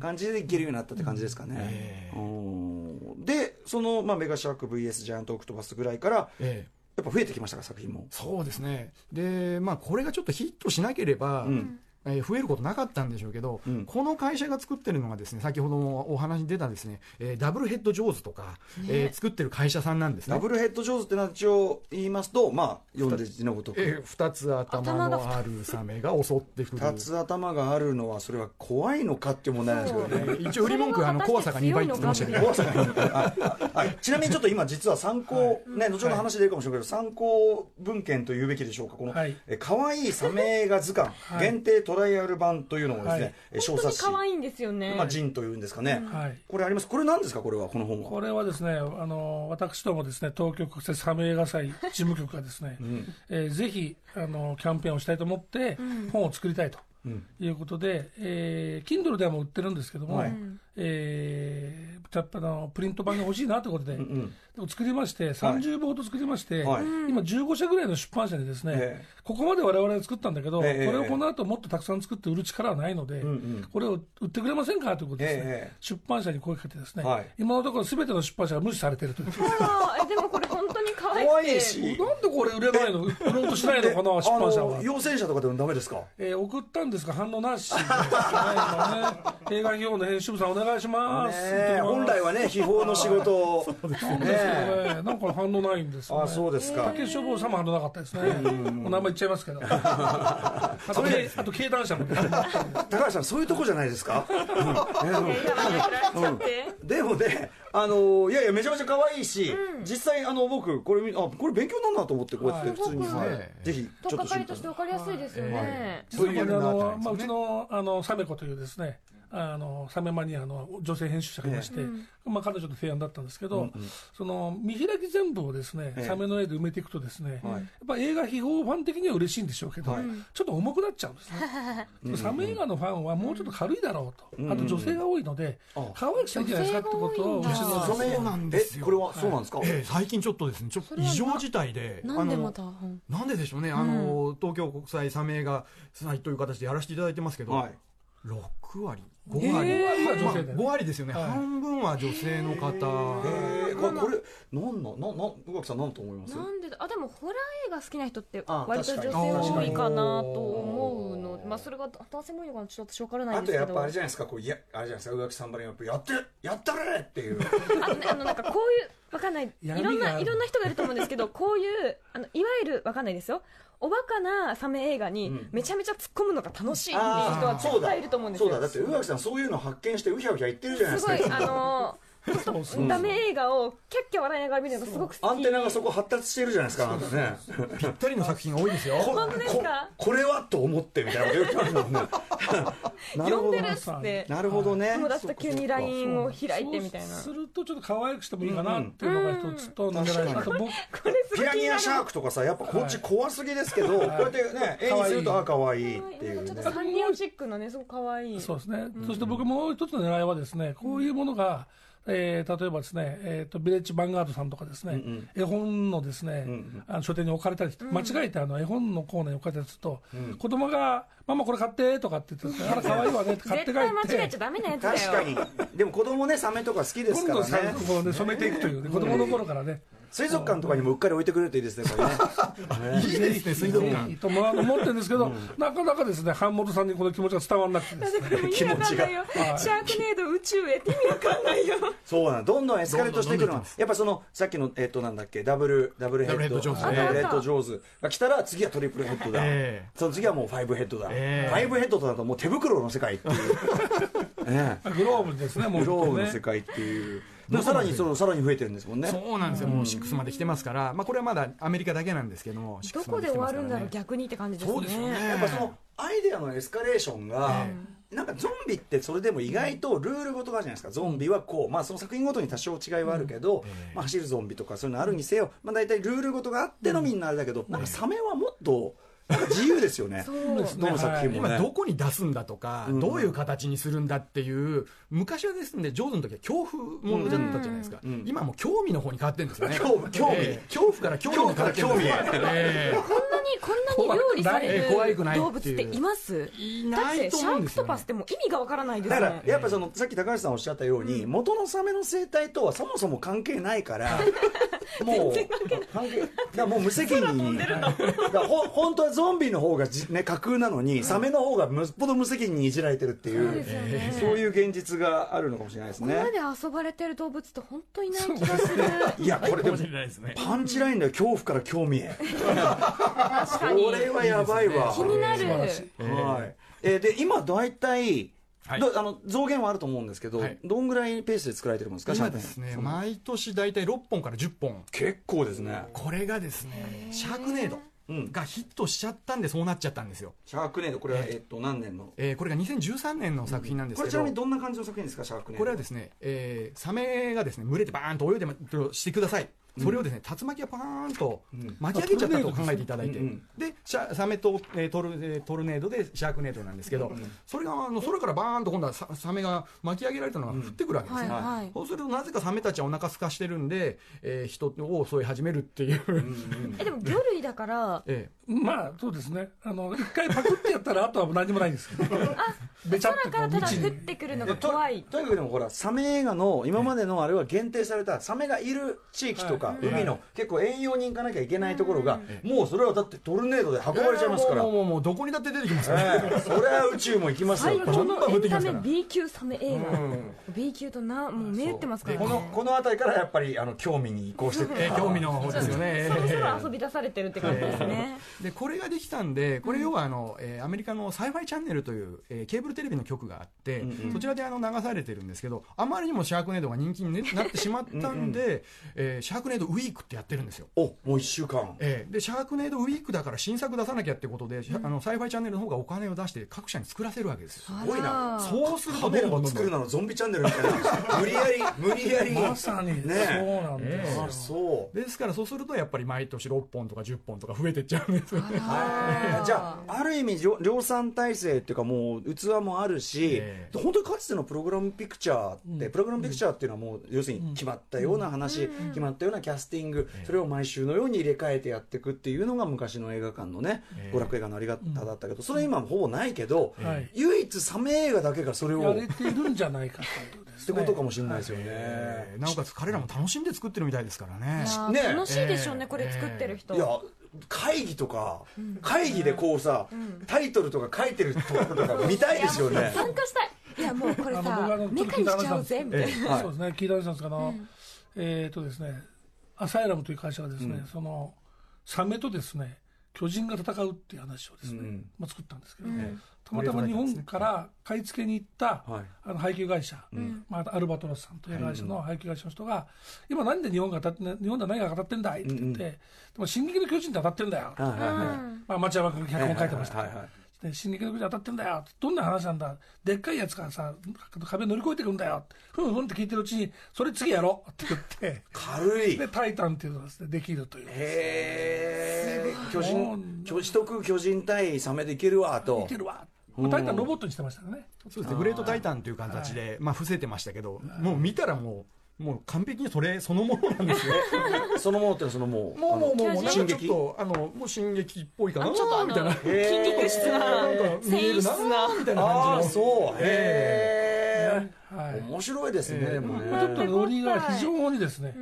感じでいけるようになったって感じですかね
え、え
うんでその、まあ、メガシャーク VS ジャイアントオクトパスぐらいからや
ええ
っぱ増えてきましたか作品も
そうですね。で、まあ、これがちょっとヒットしなければ、
ん
えー増えることなかったんでしょうけど、
うん
この会社が作ってるのがですね、先ほどもお話に出たですね、えーダブルヘッドジョーズとか、えー作ってる会社さんなんですね。
ダブルヘッドジョーズってのは一応言いますとまあ読んで字のごとく、
えー二つ頭のあるサメが襲ってくる。
二つ頭があるのはそれは怖いのかっていう問題なんですけど
え
ね。
ー一応売り文句はあの怖さが2倍って言ってましたけど、
怖さがいいのかはいはいちなみにちょっと今実は参考、ね、後ほど話で出るかもしれないけど、参考文献というべきでしょうかこの
はい
「え可愛いサメ映画図 鑑
い
限定トライアル版」というのをです
は
ね
い
え小
本当に
冊子
可愛いんですよね。
まあジンというんですかね
はい
これありますこれ何ですかこれはこの本は
これはですね、あの私どもですね、東京国際サメ映画祭事務局がですね、えーぜひあのキャンペーンをしたいと思って、本を作りたいということで、えー Kindle ではもう売ってるんですけども、
はい
えーやっぱあのプリント版が欲しいなということで、でも作りまして、30本ほど作りまして、
はい
今15社ぐらいの出版社にですね、
ええ
ここまで我々が作ったんだけど、
ええ
これをこの後もっとたくさん作って売る力はないので、これを売ってくれませんかということですね、
ええ
出版社に声かけてですね、
はい
今のところ全ての出版社が無視されて るという
あーえでもこれ本当に可愛くて
怖いし
なんでこれ売れないの売ろうとしないのかな出版社
あ
は
の、陽性者とかでもダメですか
えー送ったんですが反応なしですね今 ね映画業の編集部さんお願いしま
ね
す、
え本来は ね秘宝の仕事をねえ
えーなんか反応ないんですよね
あそうですか
竹消防さんも反応なかったですねお名前言っちゃいますけどあとけあと経団社も
高橋さんそういうとこじゃないですか、うんねうん
やばいやられちゃって。
でもね、あのいやいや、めちゃめちゃ可愛いし、実際、あの僕、これ見、あこれ勉強なんだと思って、こうやって普通に、
すご
く
はいぜひ、ちょ
と
っ
っ
と
かか
心
りとして
配
分かりやすいですよね。
実はこれ
そう
あ
いう
の、
の
まあ、
があ
う
ったんですよね
ちのあのサメ子というですねあのサメマニアの女性編集者がいまして、まあ、彼女の提案だったんですけど、その見開き全部をですね、
ええ
サメの絵で埋めていくとですね、
はい
やっぱ映画秘宝ファン的には嬉しいんでしょうけど、
はい
ちょっと重くなっちゃうんですね、サメ映画のファンはもうちょっと軽いだろうと、あと女性が多いので、
あ
可愛くしたいんじゃないですかってことをうち
女性が
の
多
いんだそうなんですよ
えこれは、そうなんですか、
えー最近ちょっとですね、ちょっと異常事態で、
なんで
あの
また本
なんででしょうね、あの東京国際サメ映画祭という形でやらせていただいてますけど、
はい
6割、5割、
えー
まあ
女性だよ
5
ね
割ですよね、
はい
半分は女性の方、
えー、これ、これなんな、なんなん宇垣さん、なんと思います
なんでだあでもホラー映画好きな人って
あ
割と
確か
女性
に
多いかなと
確
思う
かに
のでまあそれが男性も多いのかなちょっと私分からない
あ
ん
と
で
や
すけ
っぱ
ど
あれじゃないですか、こういやあれじゃないですか、宇垣さんばりにやっぱやって、やったれって いう、
あのねあのなんかこういうわかんないい
闇が
ろん
あ
な
る
いろんな人がいると思うんですけどこういうあのいわゆるわかんないですよおバカなサメ映画にめちゃめちゃ突っ込むのが楽しいっていう人
ー
は
そう
絶
だ
対いると思うん、です
そう
よ
だ、だって宇垣さん、そういうの発見して、うひゃうひゃ言ってるじゃないですす
ご
か、
いあのダメ映画をキャッキャ笑いながら見るのがすごく好き
アンテナがそこ発達してるじゃないですか、なん かね。
ぴったりの作品が多いですよ。
本当ですか
これはと思ってみたいなことよく言われます もんね。なる
呼ん
ほ
で
ど
る。っつって
なるほどね。
友達と急に LINE を開いてみたいな
そうするとちょっと可愛くしてもいいかなっていうのが一つと、なんじゃないかなあと僕
これすご
ピ
い
ラニアシャークとかさ、やっぱこっち怖すぎですけど、こうやってね、絵にすると、あ、可愛いってい
な
うん
かちょっ
ね
と。サンリオチックなねすごく可愛い
そうですね、そして僕もう一つの狙いはですね、こういうものが、えー例えばですね、えーとビレッジヴァンガードさんとかですね、絵本のですね、あの書店に置かれたりして、間違えてあの絵本のコーナーに置かれたりすると、子供が、ママこれ買ってとかって言って、あら、可愛いわねって買っ
絶
て
対
帰
間違えちゃ
って。
ダメなやつだよ
確かに。でも子供ね、サメとか好きです
今
か
度
ら
さ
ね。
こうね染めていくというね、子供の頃からね、
水族館とかにもうっかり置いてくれるといいですね、これ ね。
いいですね、水道
いい
館。
と思思ってるんですけど、なかなかですね、版元さんにこの気持ちが伝わらなくてですね、
これも意味わかんないよシャークネード宇宙へって意味わかんないよ
そうなんどんどんエスカレートしていくのはやっぱそのさっきのえっとなんだっけダブルダブルヘッ
ダ
ド
ブルヘッドジョーズ
ダブルヘッ
あったあ
ド
った
ジョーズが来たら次はトリプルヘッドだ、
え
その次はもうファイブヘッドだ、
ええ
ファイブヘッドとなるともう手袋の世界っていう ね
グローブですね、もう
グローブの
ね
世界っていうでもさらにそのさらに増えてるんですもんね
そうなんですよ、もう6まで来てますから、まあ、これはまだアメリカだけなんですけども、
ど
6ま
こで
来
終
てま
わ
すから
るん
ね
だろう逆にって感じですね
そうですよね
やっぱそのアイデアのエスカレーションが、なんかゾンビってそれでも意外とルールごとがあるじゃないですか、ゾンビはこう、まあ、その作品ごとに多少違いはあるけど、まあ、走るゾンビとかそういうのあるにせよ、まあ、大体ルールごとがあってのみんなあれだけど、なんかサメはもっとなんか自由ですよね
そ、
です
う
どの作品もね。
今どこに出すんだとか、どういう形にするんだっていう昔はですねジョーズの時は恐怖ものだったじゃないですか、
ん
今もう興味の方に変わってるんです よね
興味興味
えー恐怖から興味に変わってるんですよ
恐怖から
え
こんなにこんなに料理され
えー怖く
る
ない
動物っています
ーい
だっ
ない
て
と
シ
思
ャ
うん
ー
で
ク
すよ
ト
ね
パスってもう意味がわからないです
だから
ね
やっぱそのさっき高橋さんおっしゃったように、元のサメの生態とはそもそも関係ないから もう関係だからもう無責任にだからほ本当はゾンビの方がじ、ね、架空なのに、サメの方がむっぽど無責任にいじられてるっていう
そうですよね
そういう現実があるのかもしれないです
ここま
ね
で遊ばれてる動物って本当いない気がする
いやこれでも
かもしれないですね
パンチラインだよ恐怖から興味へ
確かに
これはやばいわ
気になる
素晴らしい
はいえーで今大体、
はい
どあの増減はあると思うんですけど、
はい
どんぐらいペースで作られてるんですかシャ
今
ーペン
ですね毎年大体6本から10本
結構ですね
これがですねシャークネード
うん
がヒットしちゃったんでそうなっちゃったんですよ、
シャークネードこれはえっと何年の
えーこれが2013年の作品なんです
こ
け
れち
ど、
なみにどんな感じの作品ですかシャークネード
これはですね、えーサメがですね群れてバーンと泳いでましてください、それをですね竜巻がパーンと
ん
巻き上げちゃったと考えていただいて、
うん
でシャサメと、えートルえートルネードでシャークネードなんですけど、それがあの空からバーンと今度はササメが巻き上げられたのが降ってくるわけですね。
はいはい
そうするとなぜかサメたちはお腹空かしてるんで、えー人を襲い始めるっていう、
えでも魚類だから
え
まあそうですね、あの一回パクってやったら、あとは何もないんですけど、 べちゃっ
空
とこ
から
う
ただ
未知
降っ
に
てくるのが怖い
とにかくでもほらサメ映画の今までのあれは限定されたサメがいる地域とか、
はい
海の結構遠洋に行かなきゃいけないところが、もうそれはだってトルネードで運
え
ばれちゃいますから、
もうもうもうどこにだって出てきますから、 ね
ええそれは宇宙も行きます
最
よ
高
バ
のエンタ
ンバン降ってきますか
メ
ら
B 級サメ映
う
画
ん
B 級となもう目打ってますから
このこの辺りからやっぱりあの興味に移行してって
えー興味の方ですよね。
そろそろ遊び出されてるって感じですね
でこれができたんで、これ要はあの、えーアメリカのサイファイチャンネルという、えーケーブルテレビの局があって、そちらであの流されてるんですけど、あまりにもシャークネードが人気にねなってしまったんで、えーシャークネードウィークってやってるんですよ。
おもう1週間
えーでシャークネードウィークだから新作出さなきゃってことで、シャあのサイファイチャンネルの方がお金を出して各社に作らせるわけですよ。
す
ごいな
そうする
カ
と
メラ
どんどん
を
どん
作
ど
る
ん
なのゾンビチャンネルみたいな無理やり無理やり
まさに、
ね
そうなんですよ
あそう
ですからそうするとやっぱり毎年6本とか10本とか増えてっちゃうんですよね。
えーじゃあある意味量量産体制っていうかもう器もあるし、
ええ
本当にかつてのプログラムピクチャーって、プログラムピクチャーっていうのはもう要するに決まったような話、決まったようなキャスティング、それを毎週のように入れ替えてやっていくっていうのが昔の映画館のね、
ええ
娯楽映画のあり方だったけど、それ今ほぼないけど、
はい
唯一サメ映画だけがそれ
や
を
れ
って
るんじゃないかということです
て
ね。
ことかもしれないですよね。
えーなおかつ彼らも楽しんで作ってるみたいですからね。
あー
ね
楽しいでしょうね
えー
これ作ってる人
いや会議とか、会議でこうさ、タイトルとか書いてるとか見たいですよね。
参加したいいやもうこれ
あの僕あ
さ
の
メカにしちゃおうぜみたいな
え
はい
そうですね、聞いた話なんですけど、えっ、とですね、アサイラムという会社がですね、その、サメとですね、巨人が戦うっていう話をですね、
うん
まあ、作ったんですけど、
うん
たまたま日本から買い付けに行った、
はい
あの配給会社、
ん
まあ、アルバトロスさんという会社の配給会社の人が、今なんで日本が当たってね、日本では何が当たってんだいって言って、
うん
でも進撃の巨人って当たってんだよ。
はいはいはい
まあ、町山君が脚本書いてました。
はいはいはい
で進撃の巨人当たってんだよ。どんな話なんだでっかいやつからさ、壁乗り越えてくんだよ。ふんふんって聞いてるうちに、それ次やろうって言って、
軽い
で、タイタンっていうのがですね、できるという。
へえ巨
も
人
う
巨人徳巨人対サメでいけるわと
いけるわ。まあタイタンロボットにしてましたからね。
そうですね、グレートタイタンという形で、まあ、伏せてましたけど、もう見たらもう、もう完璧にそれそのものなんですね。
そのものってのはそのも う
もうもうもう、
あ
も
の
うなん
進
かちょっ
撃
と、あの、もう進撃っぽいかな、
ちょっとあ
み
の
たいな。
筋肉質な
なんか見えるな
繊維質な
みたいな
あ
感
あ
じの。
そうへ
は
え
い。
面白いですねでもね
まあちょっとノリが非常にですね、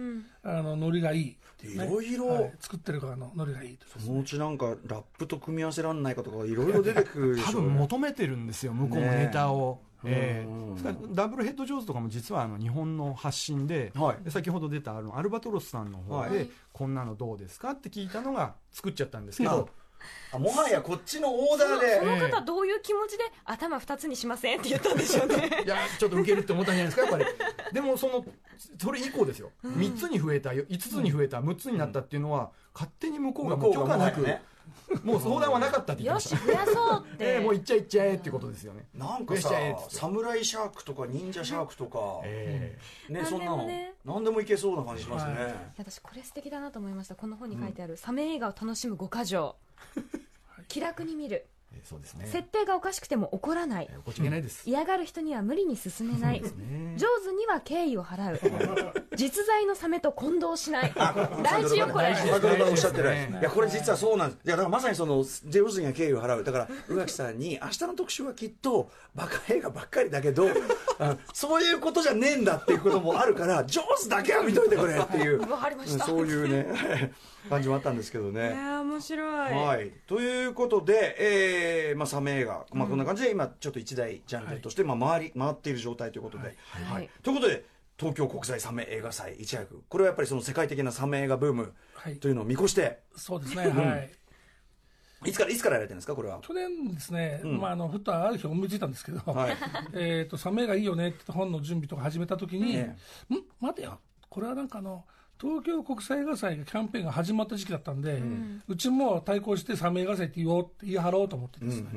あのノリがいいっていう、ね。
いろいろ
はい作ってる側のノリがいいという。
そのうちなんかラップと組み合わせられないかとかいろいろ出てくるで
多
しょうね
分求めてるんですよ、向こうもネタを。ええ
うん
それからダブルヘッド上手とかも実はあの日本の発信で、
はい
で先ほど出たあのアルバトロスさんの方で、
はい
こんなのどうですかって聞いたのが作っちゃったんですけ
なるほ
ど
ど、あもはやこっちのオーダー
そ
で
の方どういう気持ちで頭二つにしませんって言ったんでしょうね
いやちょっと受けるって思ったんじゃないですかやっぱりでもそのそれ以降ですよ、三3つに増えた5つに増えた6つになったっていうのは勝手に向こうがも
向こ
う
う
許可
がも
な
はや
く
ね
もう相談はなかったって言って
よ
まし
した増やそうっ
え
て
えもう行っちゃえ行っちゃえっていうことですよね、
なんかさ
よっしゃーっつって
サムライシャークとか忍者シャークとか
ええ
ね
なんで
そ
も
んなの
ね
何でもいけそうな感じします
は
ね
私これ素敵だなと思いましたこの本に書いてある、サメ映画を楽しむ5か条気楽に見る
ええそうですね
設定がおかしくても怒らない
ええこっちいけないです、
嫌がる人には無理に進めない
ね
上手には敬意を払う実在のサメと混同しない大事よこれ
大事
マグロがおっしゃってない
大事ですね
いやこれ実はそうなんですいやだからまさにそのジェームズには敬意を払うだから宇垣さんに明日の特集はきっとバカ映画ばっかりだけどあそういうことじゃねえんだっていうこともあるから上手だけは見といてくれっていう
わかりました
そういうね 感じもあったんですけどね
や面白
はい、ということで、えーまあ、サメ映画、まあ、こんな感じで今ちょっと一大ジャンルとして、まあ、回り回っている状態ということで、はい
いはい
ということで東京国際サメ映画祭一躍これはやっぱりその世界的なサメ映画ブーム
はい
というのを見越して、
そうですね。はい。
い、つからいつからやられてるんですかこれは。
去年ですね、
ん
まあ、あのふとある日思いついたんですけど、
はい
えっとサメがいいよねって言って本の準備とか始めたときに、
え
ん待てよ、これはなんかあの東京国際映画祭がキャンペーンが始まった時期だったんで、うちも対抗してサメ映画祭って言おうって言い張ろうと思ってですね、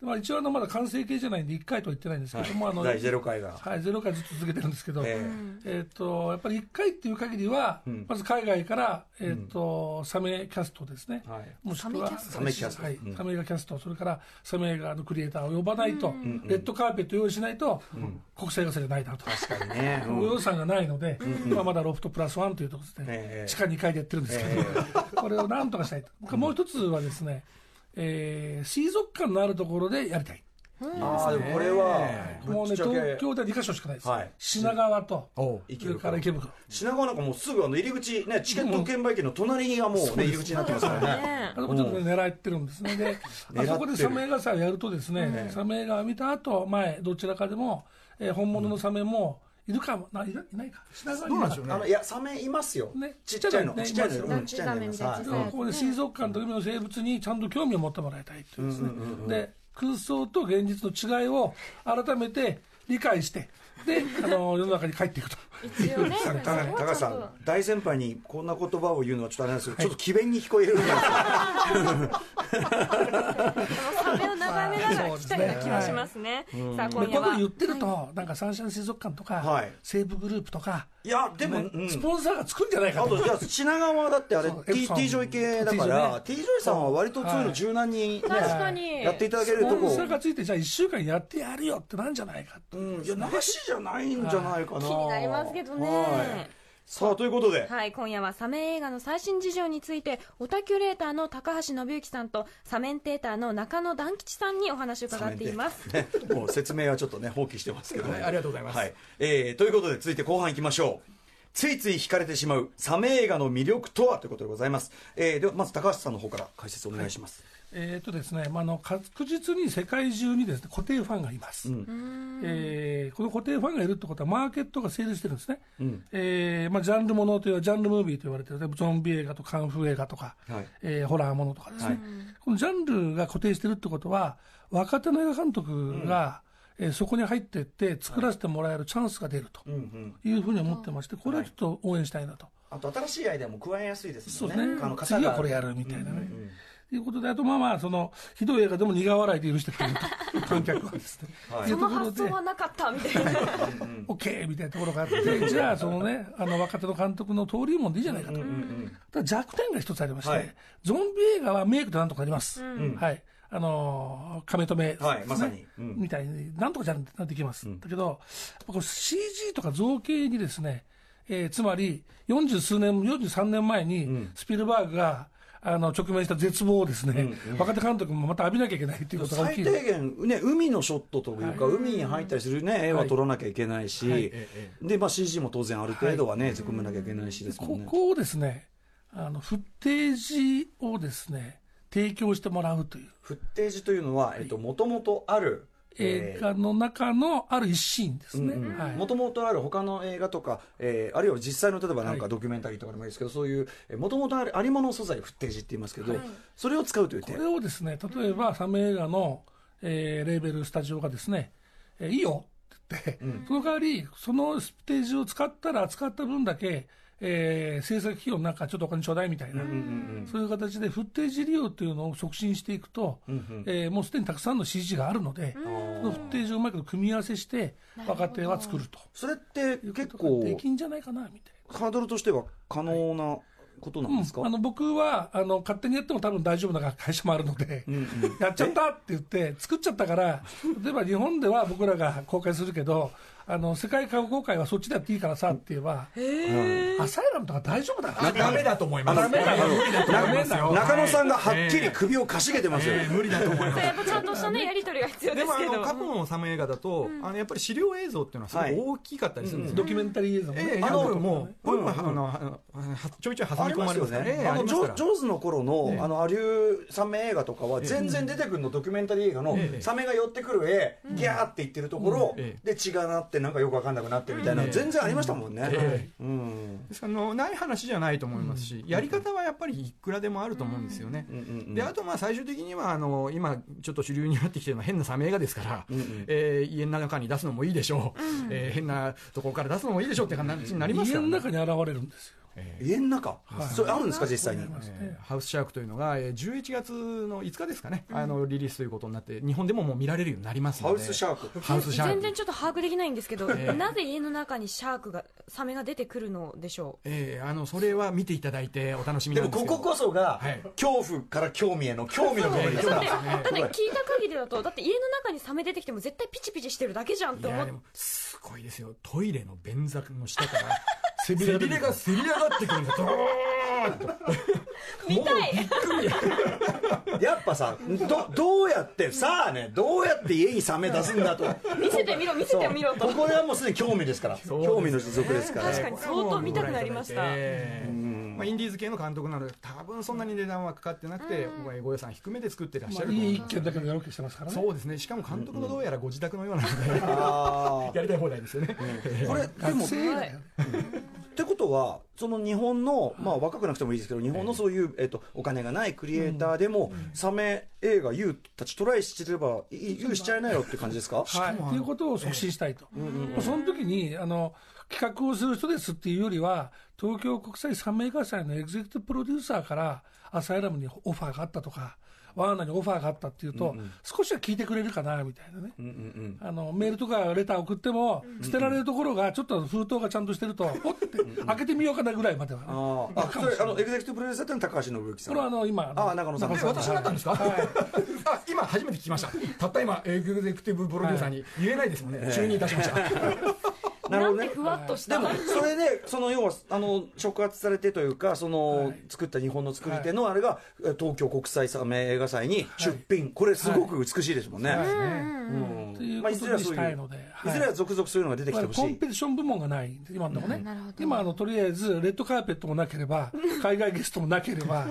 でまあ、一応あのまだ完成形じゃないんで、1回とは言ってないんですけども、あの
第ゼロ回が、
はい、ゼロ回ずっと続けてるんですけど、
え
えっとやっぱり1回っていう限りは、まず海外から、えっとサメキャストですね、
ーはい
もしくは
サメキャスト
はい
うん
サメ映画キャスト、それからサメ映画のクリエイターを呼ばないと、レッドカーペット用意しないと、国際映画祭じゃないなと。
確かにね、うん
ご予算がないので、今まだロフトプラスワンというところですね、
ええ
地下2階でやってるんですけど、これをなんとかしたいと、もう一つはですね、えー水族館のあるところでやりたい、
ああでもこれは
もうね、
ぶっちゃけ
東京では2か所しかないです、
はい
品川と、
おう
それから池袋、
品川なんかもうすぐあの入り口ねチケット券売機の隣がもうね入り口になってますからね。
あそこちょっとね、狙ってるんです ね。
狙
で、
って
あ
る
そこでサメ映画祭をやるとですね、サメ映画を見た後、前、どちらかでも、えー本物のサメも、いるかも、ないないいないか。品川にいるか
あのいやサメいますよ。
ね
ちっちゃいの、
ね
ちっちゃいの、
いますよ
うんちっちゃいのいます。は
ちっ
い
ちゃいの
ここで水族館と海の生物にちゃんと興味を持ってもらいたいというですね。で、空想と現実の違いを改めて理解して、で、あの、世の中に帰っていくと。
一応ね
たた高橋さん大先輩にこんな言葉を言うのはちょっとあれなんですけど、ちょっと奇弁に聞こえるんですよ
サメを眺めながら聞きたいような気がしますねさあ
こう
今
いう
夜
こと
は
言ってると、なんかサンシャイン水族館と
は
か
い、
西武グループとか、
いやでも、
ね
うん
スポンサーがつくんじゃない
あ
か と
と。じゃあ品川はだってあれ
そう
T,
エプソン
T ジョイ系だから T ジョイさんは割とそういうの柔軟に,、ね
はい確かに
やっていただけると
スポ
こ
ンサーがついて、じゃあ1週間やってやるよってなんじゃないかと。
うんいやなしじゃないんじゃないかな
気になりますけど
は
ね
いさあということで、
はい、今夜はサメ映画の最新事情について、オタキュレーターの高橋信之さんと、サメンテーターの中野団吉さんにお話を伺っています。
ね、もう説明はちょっとね放棄してますけど、ね
はいありがとうございます
はえーということで続いて後半いきましょうついつい惹かれてしまうサメ映画の魅力とはということでございます、えーではまず高橋さんの方から解説お願いします、
えーっとですねまあ、あの確実に世界中にです、ね、固定ファンがいます、
うん
えーこの固定ファンがいるってことは、マーケットが成立してるんですね、
うん
えーまあ、ジャンルものというジャンルムービーと言われてる、ゾンビ映画とカンフー映画とか、
はい
えーホラーものとかですね、
はい
このジャンルが固定してるってことは、若手の映画監督が、えーそこに入っていって、作らせてもらえるチャンスが出ると
うんうん、
いうふうに思ってまして、これはちょっと応援したいなと。
あと新しいアイデアも加えやすいです
そ
も
うんで
ね
すね
あの。型が
次はこれやるみたいなね。ということで、あとまあまあ、その、ひどい映画でも苦笑いで許してくれる と、観客はですね。
はい
とい
そう
と
の
ころ
発
で
想はなかったみたいな
OK! みたいなところがあって、じゃあ、そのね、あの、若手の監督の登竜門でいいじゃないかと。ただ弱点が一つありまして、
はい
ゾンビ映画はメイクでなんとかなります。はい。あのー、亀止め、
はいまさにうん
みたいに、なんとかじゃんなんてきます。だけど、やっぱこれ CG とか造形にですね、えーつまり、40数年、43年前に、スピルバーグが、あの、直面した絶望をですね、若手監督もまた浴びなきゃいけないっていうことが大
最
きい。
低限、ね、海のショットというか、海に入ったりする、ね、絵は撮らなきゃいけないし、でまあ、CG も当然ある程度はね、組めなきゃいけないしですも
こ
んね。
こをですね、あの、フッテージをですね、提供してもらうという、
フッテージというのは、えっと、もともとある、
映
えー
画の中のある一シーンですね。はい
もともとある他の映画とか、えーあるいは実際の例えばなんかドキュメンタリーとかでもいいですけど、そういうもともとあるありもの素材フッテージって言いますけど、それを使うという
こ
点
れをですね、例えばサメ映画の、えーレーベルスタジオがですね、えーいいよって言って、その代わり、そのステージを使ったら、使った分だけ、えー制作費用なんかちょっとお金ちょうだいみたいな、そういう形でフッテージ利用というのを促進していくと、えーもうすでにたくさんの CG があるので、そのフッテージをうまいこと組み合わせして、若手は作ると。
それって結
とかで
構
きんじゃないかなみたい
ハードルとしては可能なことなんですか、
な、あの僕はあの勝手にやっても多分大丈夫な会社もあるので、 やっちゃったって言って、作っちゃったから、例えば日本では僕らが公開するけど、あの世界観公開はそっちでやっていいからさって言えば、アサイラムとか大丈夫だな、
ダメだと思います。
ダメだよ
無理だと思いますよ。
中野さんがはっき
え
り
え
首をかしげてますよ、
ええ無理だと思います。
やっぱちゃんとしたねやり取りが必要で
ですもあ
けど
の過去のサム映画だと、あのやっぱり資料映像っていうのはすごい大きかったりするんですよ。
ドキュメンタリー映像もね、
ええ、
あ
あ
の
のもう、
うん
僕もあのあのはちょいちょい挟
あ
み込
りま
ますれま
よ
すから
ね、
ええ
あ
あ
の
り
ジ
ますから
ョジョーズの頃の、
ええ
あのアリューサメ映画とかは全然出てくるの、ドキュメンタリー映画の、
ええ
サメが寄ってくる絵、ギャーって言ってるところ、
うんえ
で血がなってなんかよく分かんなくなってみたいな、
うん
全然ありましたもんね、
え
うん
ですからあのない話じゃないと思いますし、やり方はやっぱりいくらでもあると思うんですよね。
うんうんうん
であとまあ最終的にはあの今ちょっと主流になってきてるのは変なサメ映画ですから、えー家の中に出すのもいいでしょう、えー変なところから出すのもいいでしょうって話になります
家
か
の
ら、ね
中に現れるんですよ。
家の中、それあるんですか実際に、
えーハウスシャークというのがえー11月の5日ですかね、あのリリースということになって日本でももう見られるようになりますの
ハ
で
ウスシャーク
ハウスシャーク
全然ちょっと把握できないんですけど、
ええ
なぜ家の中にシャークがサメが出てくるのでしょ
えーあのそれは見ていただいてお楽しみ
で
なん
も
です
こ
けど
ここそが、
はい
恐怖から興味への興味の部分です
う
か
だ
ら
ってだって
そう
聞い
だよ
た限りだとだって家の中にサメ出てきても絶対ピチピチしてるだけじゃんって
い
思
や
っ
で
て
もすごいですよトイレの便座の下から 背びれがせり上がってくるんだドーンと
見たい
やっぱさどどうやってさあねどうやって家にサメ出すんだと
見せてみろ見せてみろ
ことこではもうすでに興味ですから
うですね
興味の持続ですから、
確かに相当見たくなりました
えーまあ、インディーズ系の監督なので多分そんなに値段はかかってなくて、ご予算低めで作ってらっしゃ
まあ、
ると思
いい
い
一
ます、
件だけでやろうとしてますからね。
そうですねしかも監督のどうやらご自宅のような ので、
あ
やりたい放題ですよね、
ーこれでも
学
っ
生映画だよ
てことはその日本の、まあ、若くなくてもいいですけど日本のそういう、えっと、お金がないクリエイターでも、サメ映画 YOU たちトライしてれば YOU しちゃいなよって感じですか、
はい、ということを促進したいと、その時にあの企画をする人ですっていうよりは、東京国際三名画祭のエグゼクティブプロデューサーから、アサイラムにオファーがあったとか、ワーナにオファーがあったっていうと、少しは聞いてくれるかなみたいなね、あのメールとかレター送っても、捨てられるところが、ちょっと封筒がちゃんとしてると、おって、開けてみようかなぐらいまではね、こ
あーあそれあのエグゼクティブプロデューサーってのは高橋信之さん
れはあの今、
あー中野さん
え私になったんですか、 あ今初めて聞きましたたった今エグゼクティブプロデューサーに言えないですもんね、就任いたしました
なる
な
ほ
ん
どね
てふわっとし
で
た
もそれでその要はあの触発されてというかその、作った日本の作り手のあれが、え東京国際サメ映画祭に出品、これすごく美しいですもんね、
という
まあ
こ
いずれ
と
は
に
そう
した
い、
いうので、
い、ずれは続々そういうのが出てきてほし
コン
い
ペティション部門がないんで、 今のところね、今あの、とりあえず、レッドカーペットもなければ、海外ゲストもなければ、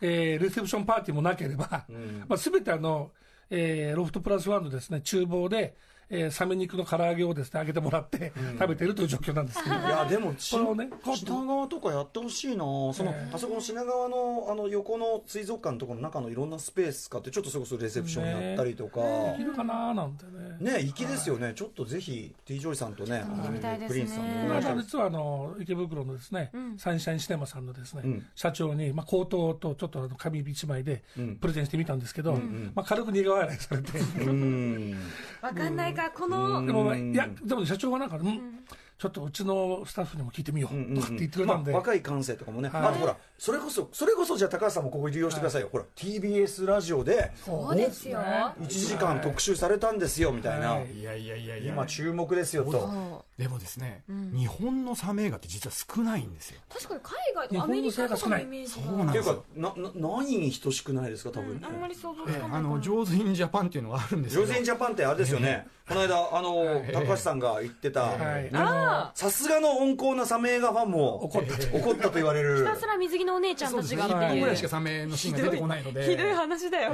えーレセプションパーティーもなければ、まあ、全てあの、えーロフトプラスワンのですね、厨房で、えーサメ肉の唐揚げをですね、揚げてもらって、食べているという状況なん ですけど、
いやでもし
これをねこう
品川とかやってほしいなその、あそこの品川のあの横の水族館のところの中のいろんなスペース使ってちょっとそれこそレセプションやったりとか、
いるかなーなんてね。
ね粋ですよね、ちょっとぜひ T ・ジョイさんとね
やりたいで
プ
すね
リンスさん
こ
もお
の
願いした
間
いです
実はあの池袋のですね、サンシャインシネマさんのですね、
ん
社長に、まあ、口頭とちょっとあの紙一枚で
ん
プレゼンしてみたんですけど、まあ、軽く苦笑いされて、
うん
わかんないか、この、
でも、まあ
うん
いや、でも社長はなんか、うんちょっとうちのスタッフにも聞いてみようとかって言ってくれたんで、
まあ若い感性とかもね、
はい
あとほらそれこそそれこそじゃあ高橋さんもここ利用してくださいよ、ほら TBS ラジオで
そうですよ。
1時間特集されたんですよみたいな、
はい
いやいやいやいや
今注目ですよと、
そう
でもですね、日本のサメ映画って実は少ないんですよ
確かに海外
日
とア
本の
メリカとか
差が
の
少ない
イメージ
そうな。
が
ん
って
で
いう
すよ
かなな何に等しくないですか多分、
うんあんまり想像つ
ええ
かな
あ
いかも
の上手インジャパンっていうのがあるんです
ジョーズイン
ジ
ジャパンってあれですよね、この間、あの、
い
高橋さんが言ってた、
はい、
あ
さすがの温厚なサメ映画ファンも
怒った
と怒ったと言われる
あ、ひたすら水着のお姉ちゃんたちがって
1本
い
ぐ
う
らいしかサメのシーンが出てこないので
ひどい話だよ。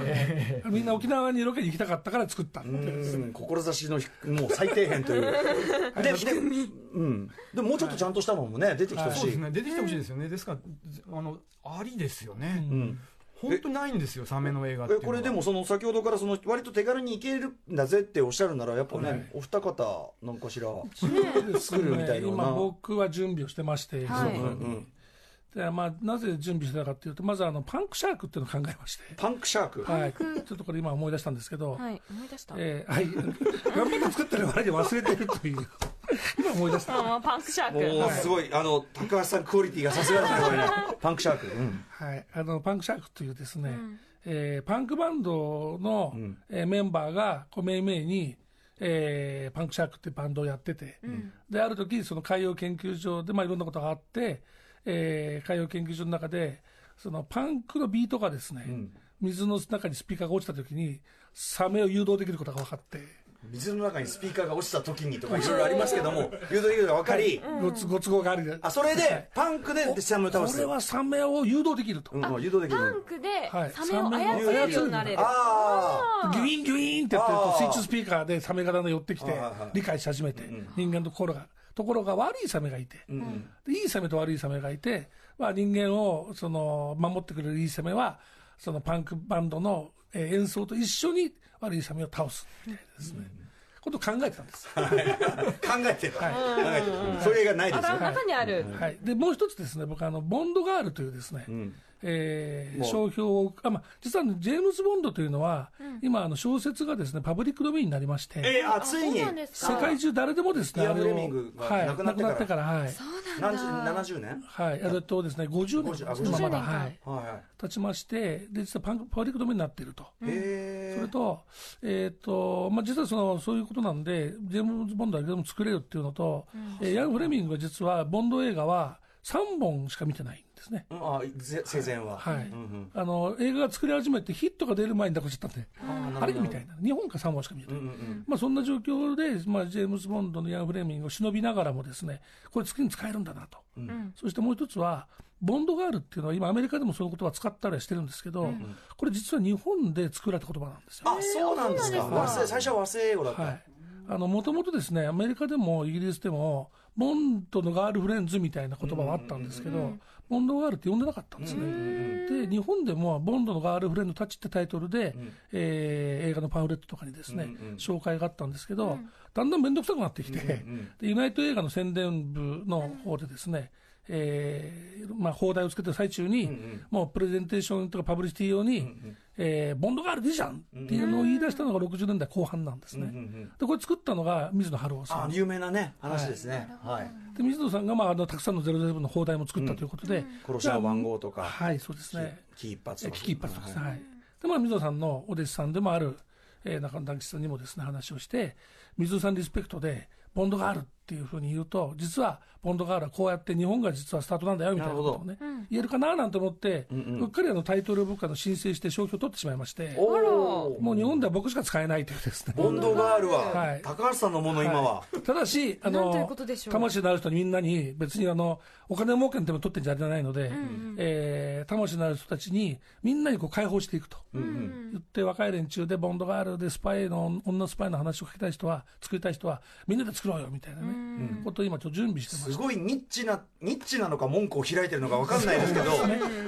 みんな沖縄にロケに行きたかったから作ったって
うーん志の低もう最底辺というでで,、うん、でももうちょっとちゃんとしたのもね出てきてほ
そうで
しい、
すね出てきてほしいですよね、ですからあのありですよね、
うん
本当にないんですよサメの映画ってい
え
うの
こ
は
れでもその先ほどからその割と手軽に行けるんだぜっておっしゃるならやっぱね、お二方なんかしら、
そうですね
作るみたいよな
今僕は準備をしてまして、
はい
そ
うん
の
うん、
でまあ、なぜ準備してたかっていうとまずあのパンクシャークっていうのを考えまして、
パンクシャーク、
はい、ちょっとこれ今思い出したんですけど、
はい、思い出した。
え ーはい、 何回か作ってる割に忘れてるという、今思い出した、
あもうパンクシャ
もう
ーク。
すごいあの高橋さんクオリティがさすがですねこれねパンクシャーク、うん
はい、あのパンクシャークというですね、えーパンクバンドの、えーメンバーがこうめいめいに、えーパンクシャークっていうバンドをやってて、である時その海洋研究所で、まあ、いろんなことがあって、えー海洋研究所の中でそのパンクのビートがですね、水の中にスピーカーが落ちた時にサメを誘導できることが分かって。
水の中にスピーカーが落ちた時にとかいろいろありますけども誘導できるのが分かり、
ごつご都合がある
あそれでパンクででサムを倒
こ
す
れはサメを誘導できると、
うんうん誘導でき
パン
る
クで
はい
サメを操れるようになれる。
あ
ギュインギュインってやってる
あ
と
ー
水中スピーカーでサメがだんだん寄ってきて
はいはい
理解し始めて人間の心がところが悪いサメがいてでいいサメと悪いサメがいてまあ人間をその守ってくれるいいサメはそのパンクバンドのえー演奏と一緒に悪いサメを倒すみたいなですねことを考えてたんです。
あ考えてる、考えてるそういう映画ない
あ
ですよ
ら、中にある。
はい、でもう一つですね、僕あの、ボンドガールというですね、えー
もう
商標をあ、まあ、実はあのジェームズ・ボンドというのは、今あの、小説がですねパブリックドメインになりまして、
えー、あついに
そうなんです
世
か。
界中誰でもですね、
イアン
あれを
フレミングが
はい
亡
亡
く
く
な
な
っ
ってて
から
から、はい、
何十70年
はい、えっとですね、50年
50あ
今まだ、
50年か
はい、
はいはい
経ちまして、で実はパンパブリックドメインになっていると。
え
それと、えっ、と、まあ、実はその、そういうことなんで、ジェームズ・ボンドはいつでも作れるっていうのと、えーヤン・フレミングは実は、ボンド映画は3本しか見てないんですね。
ー、うんあぜ生前は、
はい。
うんうん
あの、映画が作り始めてヒットが出る前に抱っこしちゃったんで、
あ
あれみたいな。日本か3本しか見えてない。
うんうん
まあそんな状況で、まあジェームズ・ボンドのヤン・フレミングを忍びながらもですね、これ次に使えるんだなと。そしてもう一つは、ボンドガールっていうのは今アメリカでもそういう言葉使ったりはしてるんですけど、これ実は日本で作られた言葉なんですよ。
あそうなんですか和製最初は和製英語だった、
はい。あの、もともとですね、アメリカでもイギリスでも、ボンドのガールフレンズみたいな言葉はあったんですけど、ボンドガールって呼んでなかったんですね。で、日本でも、ボンドのガールフレンドたちってタイトルで、えー映画のパンフレットとかにですね、紹介があったんですけど、だんだん面倒くさくなってきて、でユナイト映画の宣伝部の方でですね、えーまあ、放題をつけてる最中に、もうプレゼンテーションとかパブリシティ用に、えーボンドガールでいいじゃんっていうのを言い出したのが60年代後半なんですね。で、これ作ったのが水野晴夫さ
あ
ん。
有名なね話ですね、はい
で、水野さんが、まあ、あの、たくさんの007の放題も作ったということで、
殺し屋番号とか、
はい、そうですね。
キーパー
え
ツ
危機一髪とかですね。
はい
はい。で、まあ、水野さんのお弟子さんでもある、えー中野大吉さんにもですね、話をして、水野さんリスペクトで、ボンドがあるってっていうふうに言うと、実はボンドガールはこうやって日本が実はスタートなんだよみたいなことをね、言えるかななんて思って、うっかりあのタイトル僕から申請して商標を取ってしまいまして、
おー
もう日本では僕しか使えないというですね。
ボンドガール
は
はい高橋さんのもの今は
ただし、あ
なんという
の
ことでしょ、う
魂のある人にみんなに、別にあの、お金儲けの手も取ってんじゃないので、えー魂のある人たちに、みんなにこう解放していくと。言って、若い連中で、ボンドガールでスパイの、女スパイの話を書きたい人は、作りたい人は、みんなで作ろうよ、みたいなね、ことを今ちょっと準備してます
す。ごいニッチなニッチなのか文句を開いてるのかわかんないですけど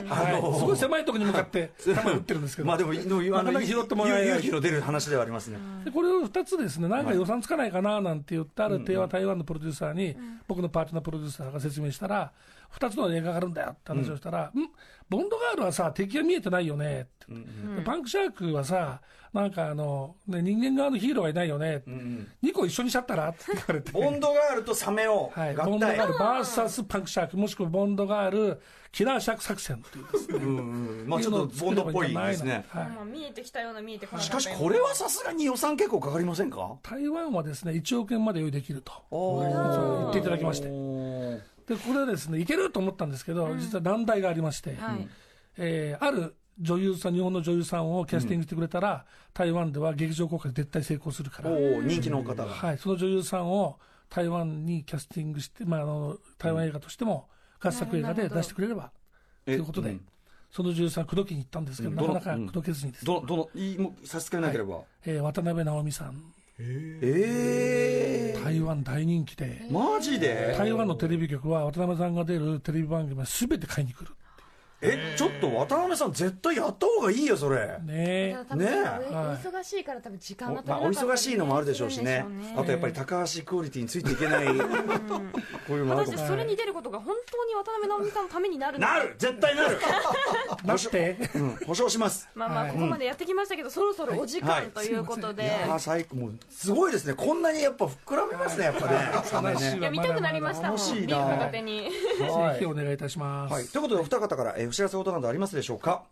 あの
はい、すごい狭いところに向かって、球を打ってるんですけ ど。
まあでもいの
なかなか拾ってもらえない
勇気の出る話ではありますね
でこれを2つですね、なんか予算つかないかななんて言って、ある程は台湾のプロデューサーに、僕のパートナープロデューサーが説明したら、2つの映画があるんだよって話をしたら、んボンドガールはさ、敵が見えてないよねって言って、でパンクシャークはさ、なんかあの、ね、人間側のヒーローがいないよね、って2個一緒にしちゃったらって言わ れて。
ボンドガールとサメを
はい、ボ
合
ンドガ
体
ール VS パンクシャーク、もしくはボンドガールキラーシャーク作戦っていうですね、
うんうんまあちょっとボンドっぽいですね
はい
まあ見えてきたような見えてこなかっ
した
よ
か
うな
しこれはさすがに予算結構かかりませんか
台湾はですね1億円まで用意できると言っていただきましてでこれはですねいけると思ったんですけど、実は難題がありまして、
はい
えーある女優さん日本の女優さんをキャスティングしてくれたら、台湾では劇場公開絶対成功するから、
おお人気の方が
はい、その女優さんを台湾にキャスティングして、まあ、あの台湾映画としても合作映画で出してくれればと
え
いうことで、
うん
その女優さん口説きに行ったんですけど、
うん
なかなか
どの
口説けずにですね、
どどのいいもう差し支えなければ
えー渡辺直美さん
ええ
台湾大人気で。
マジで
台湾のテレビ局は渡辺さんが出るテレビ番組は全て買いに来る
えちょっと渡辺さん絶対やった方がいいよそれ
ね
ただ多分
ねえ
お
はい
忙しいから多分時間
お
が
まあ、お
取れなか
忙
ったり
しいのもあるでしょうしね
するんでしょうね
あとやっぱり高橋クオリティについていけないこういうのもあるか
果たして
も
それに出ることが本当に渡辺直美さんのためになるのか
なる絶対 なる、
なって
うん、保証します
まあまあ
はい
ここまでやってきましたけど、そろそろお時
は
間
い
ということで、
いやー最高もうすごいですねこんなにやっぱ膨らみますねやっぱねサメね
いや見たくなりましたもん
楽しい
ビ
な
ール片手に
ぜひお願いいたします、
はい、ということでお二方から、えーお知らせことなどありますでしょうか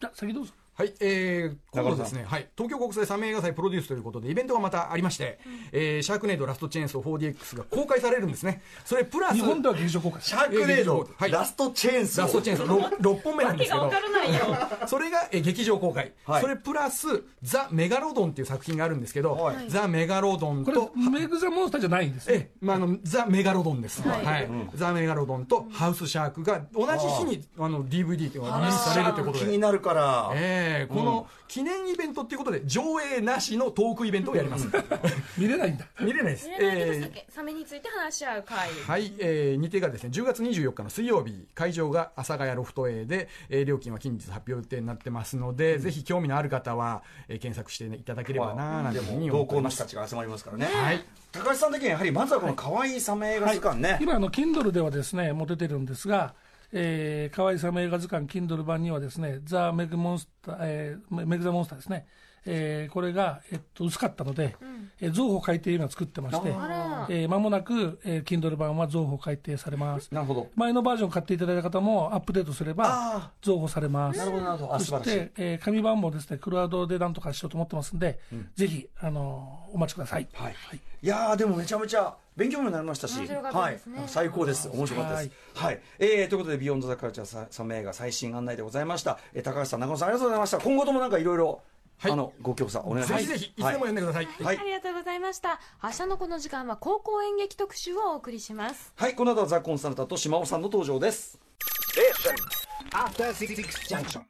じゃあ先どうぞ
はい、えー、今度ですね、はい、東京国際サメ映画祭プロデュースということで、イベントがまたありまして、えーシャークネードラストチェーンソー 4DX が公開されるんですね。それプラス、
日本では劇場公開
シャークネード、
はい
ラストチェーンソー
ラストチェーンソー 6, 本目なんで
手
すけ
が
ど
分か。らないよ
それが、えー劇場公開、
はい
それプラス「ザ・メガロドン」っていう作品があるんですけど、
はい
ザ・メガロドン
ことれメイク・ザ・モンスターじゃないんですね
ええまあ、あのザ・メガロドンです、
は
はいいザ・メガロドンとハウスシャークが同じ日にあの DVD というのがリリースされるということ
気
で
に。なるから、
ええこの記念イベントっていうことで上映なしのトークイベントをやります、
見れないんだ
見れないです
見れないけど
ええ
さけサメについて話し合う会
はい、えー日程がですね10月24日の水曜日会場が阿佐ヶ谷ロフト A で、えー料金は近日発表予定になってますので、ぜひ興味のある方は、えー検索していただければなーなん
で
ていうふうに
も
思
同
ってお
行
り
の
ま
人
す
たちが集まりますからね、
はい
高橋さん的にはやはりまずはこの可愛いサメ映画図鑑ね、
今あの Kindle ではですねもう出てるんですがえー、可愛さ映画図鑑 Kindle 版にはですねザ・メグ・モンスター、えー、メグ・ザ・モンスターですね、えー、これが、えっと、薄かったので、えー、増補改訂今作ってまして
あら
えー、間もなく、えー、Kindle 版は増補改訂されます
なるほど
前のバージョン買っていただいた方もアップデートすれば
あ
増補されます
なるほどなるほどあ
そ
素晴らし
し
い
て、えー紙版もですねクラウドでなんとかしようと思ってますんで、ぜひ、あのーお待ちください、
はい、い、やーでもめちゃめちゃ勉強にもなりましたし
面白かったですね
はい、最高です面白かったですはい、えーということで「ビヨンドザカルチャーさサメ映画最新案内でございました、えー高橋さん中野さんありがとうございました今後ともなんかいろいろ
はい
あのご協賛お願いし
ぜ
ます
ひぜひいつでも読んでください、
はい
ありがとうございました明日のこの時間は高校演劇特集をお送りします
はいこの後はザ・コンサルタント島尾さんの登場です
After Six Junction.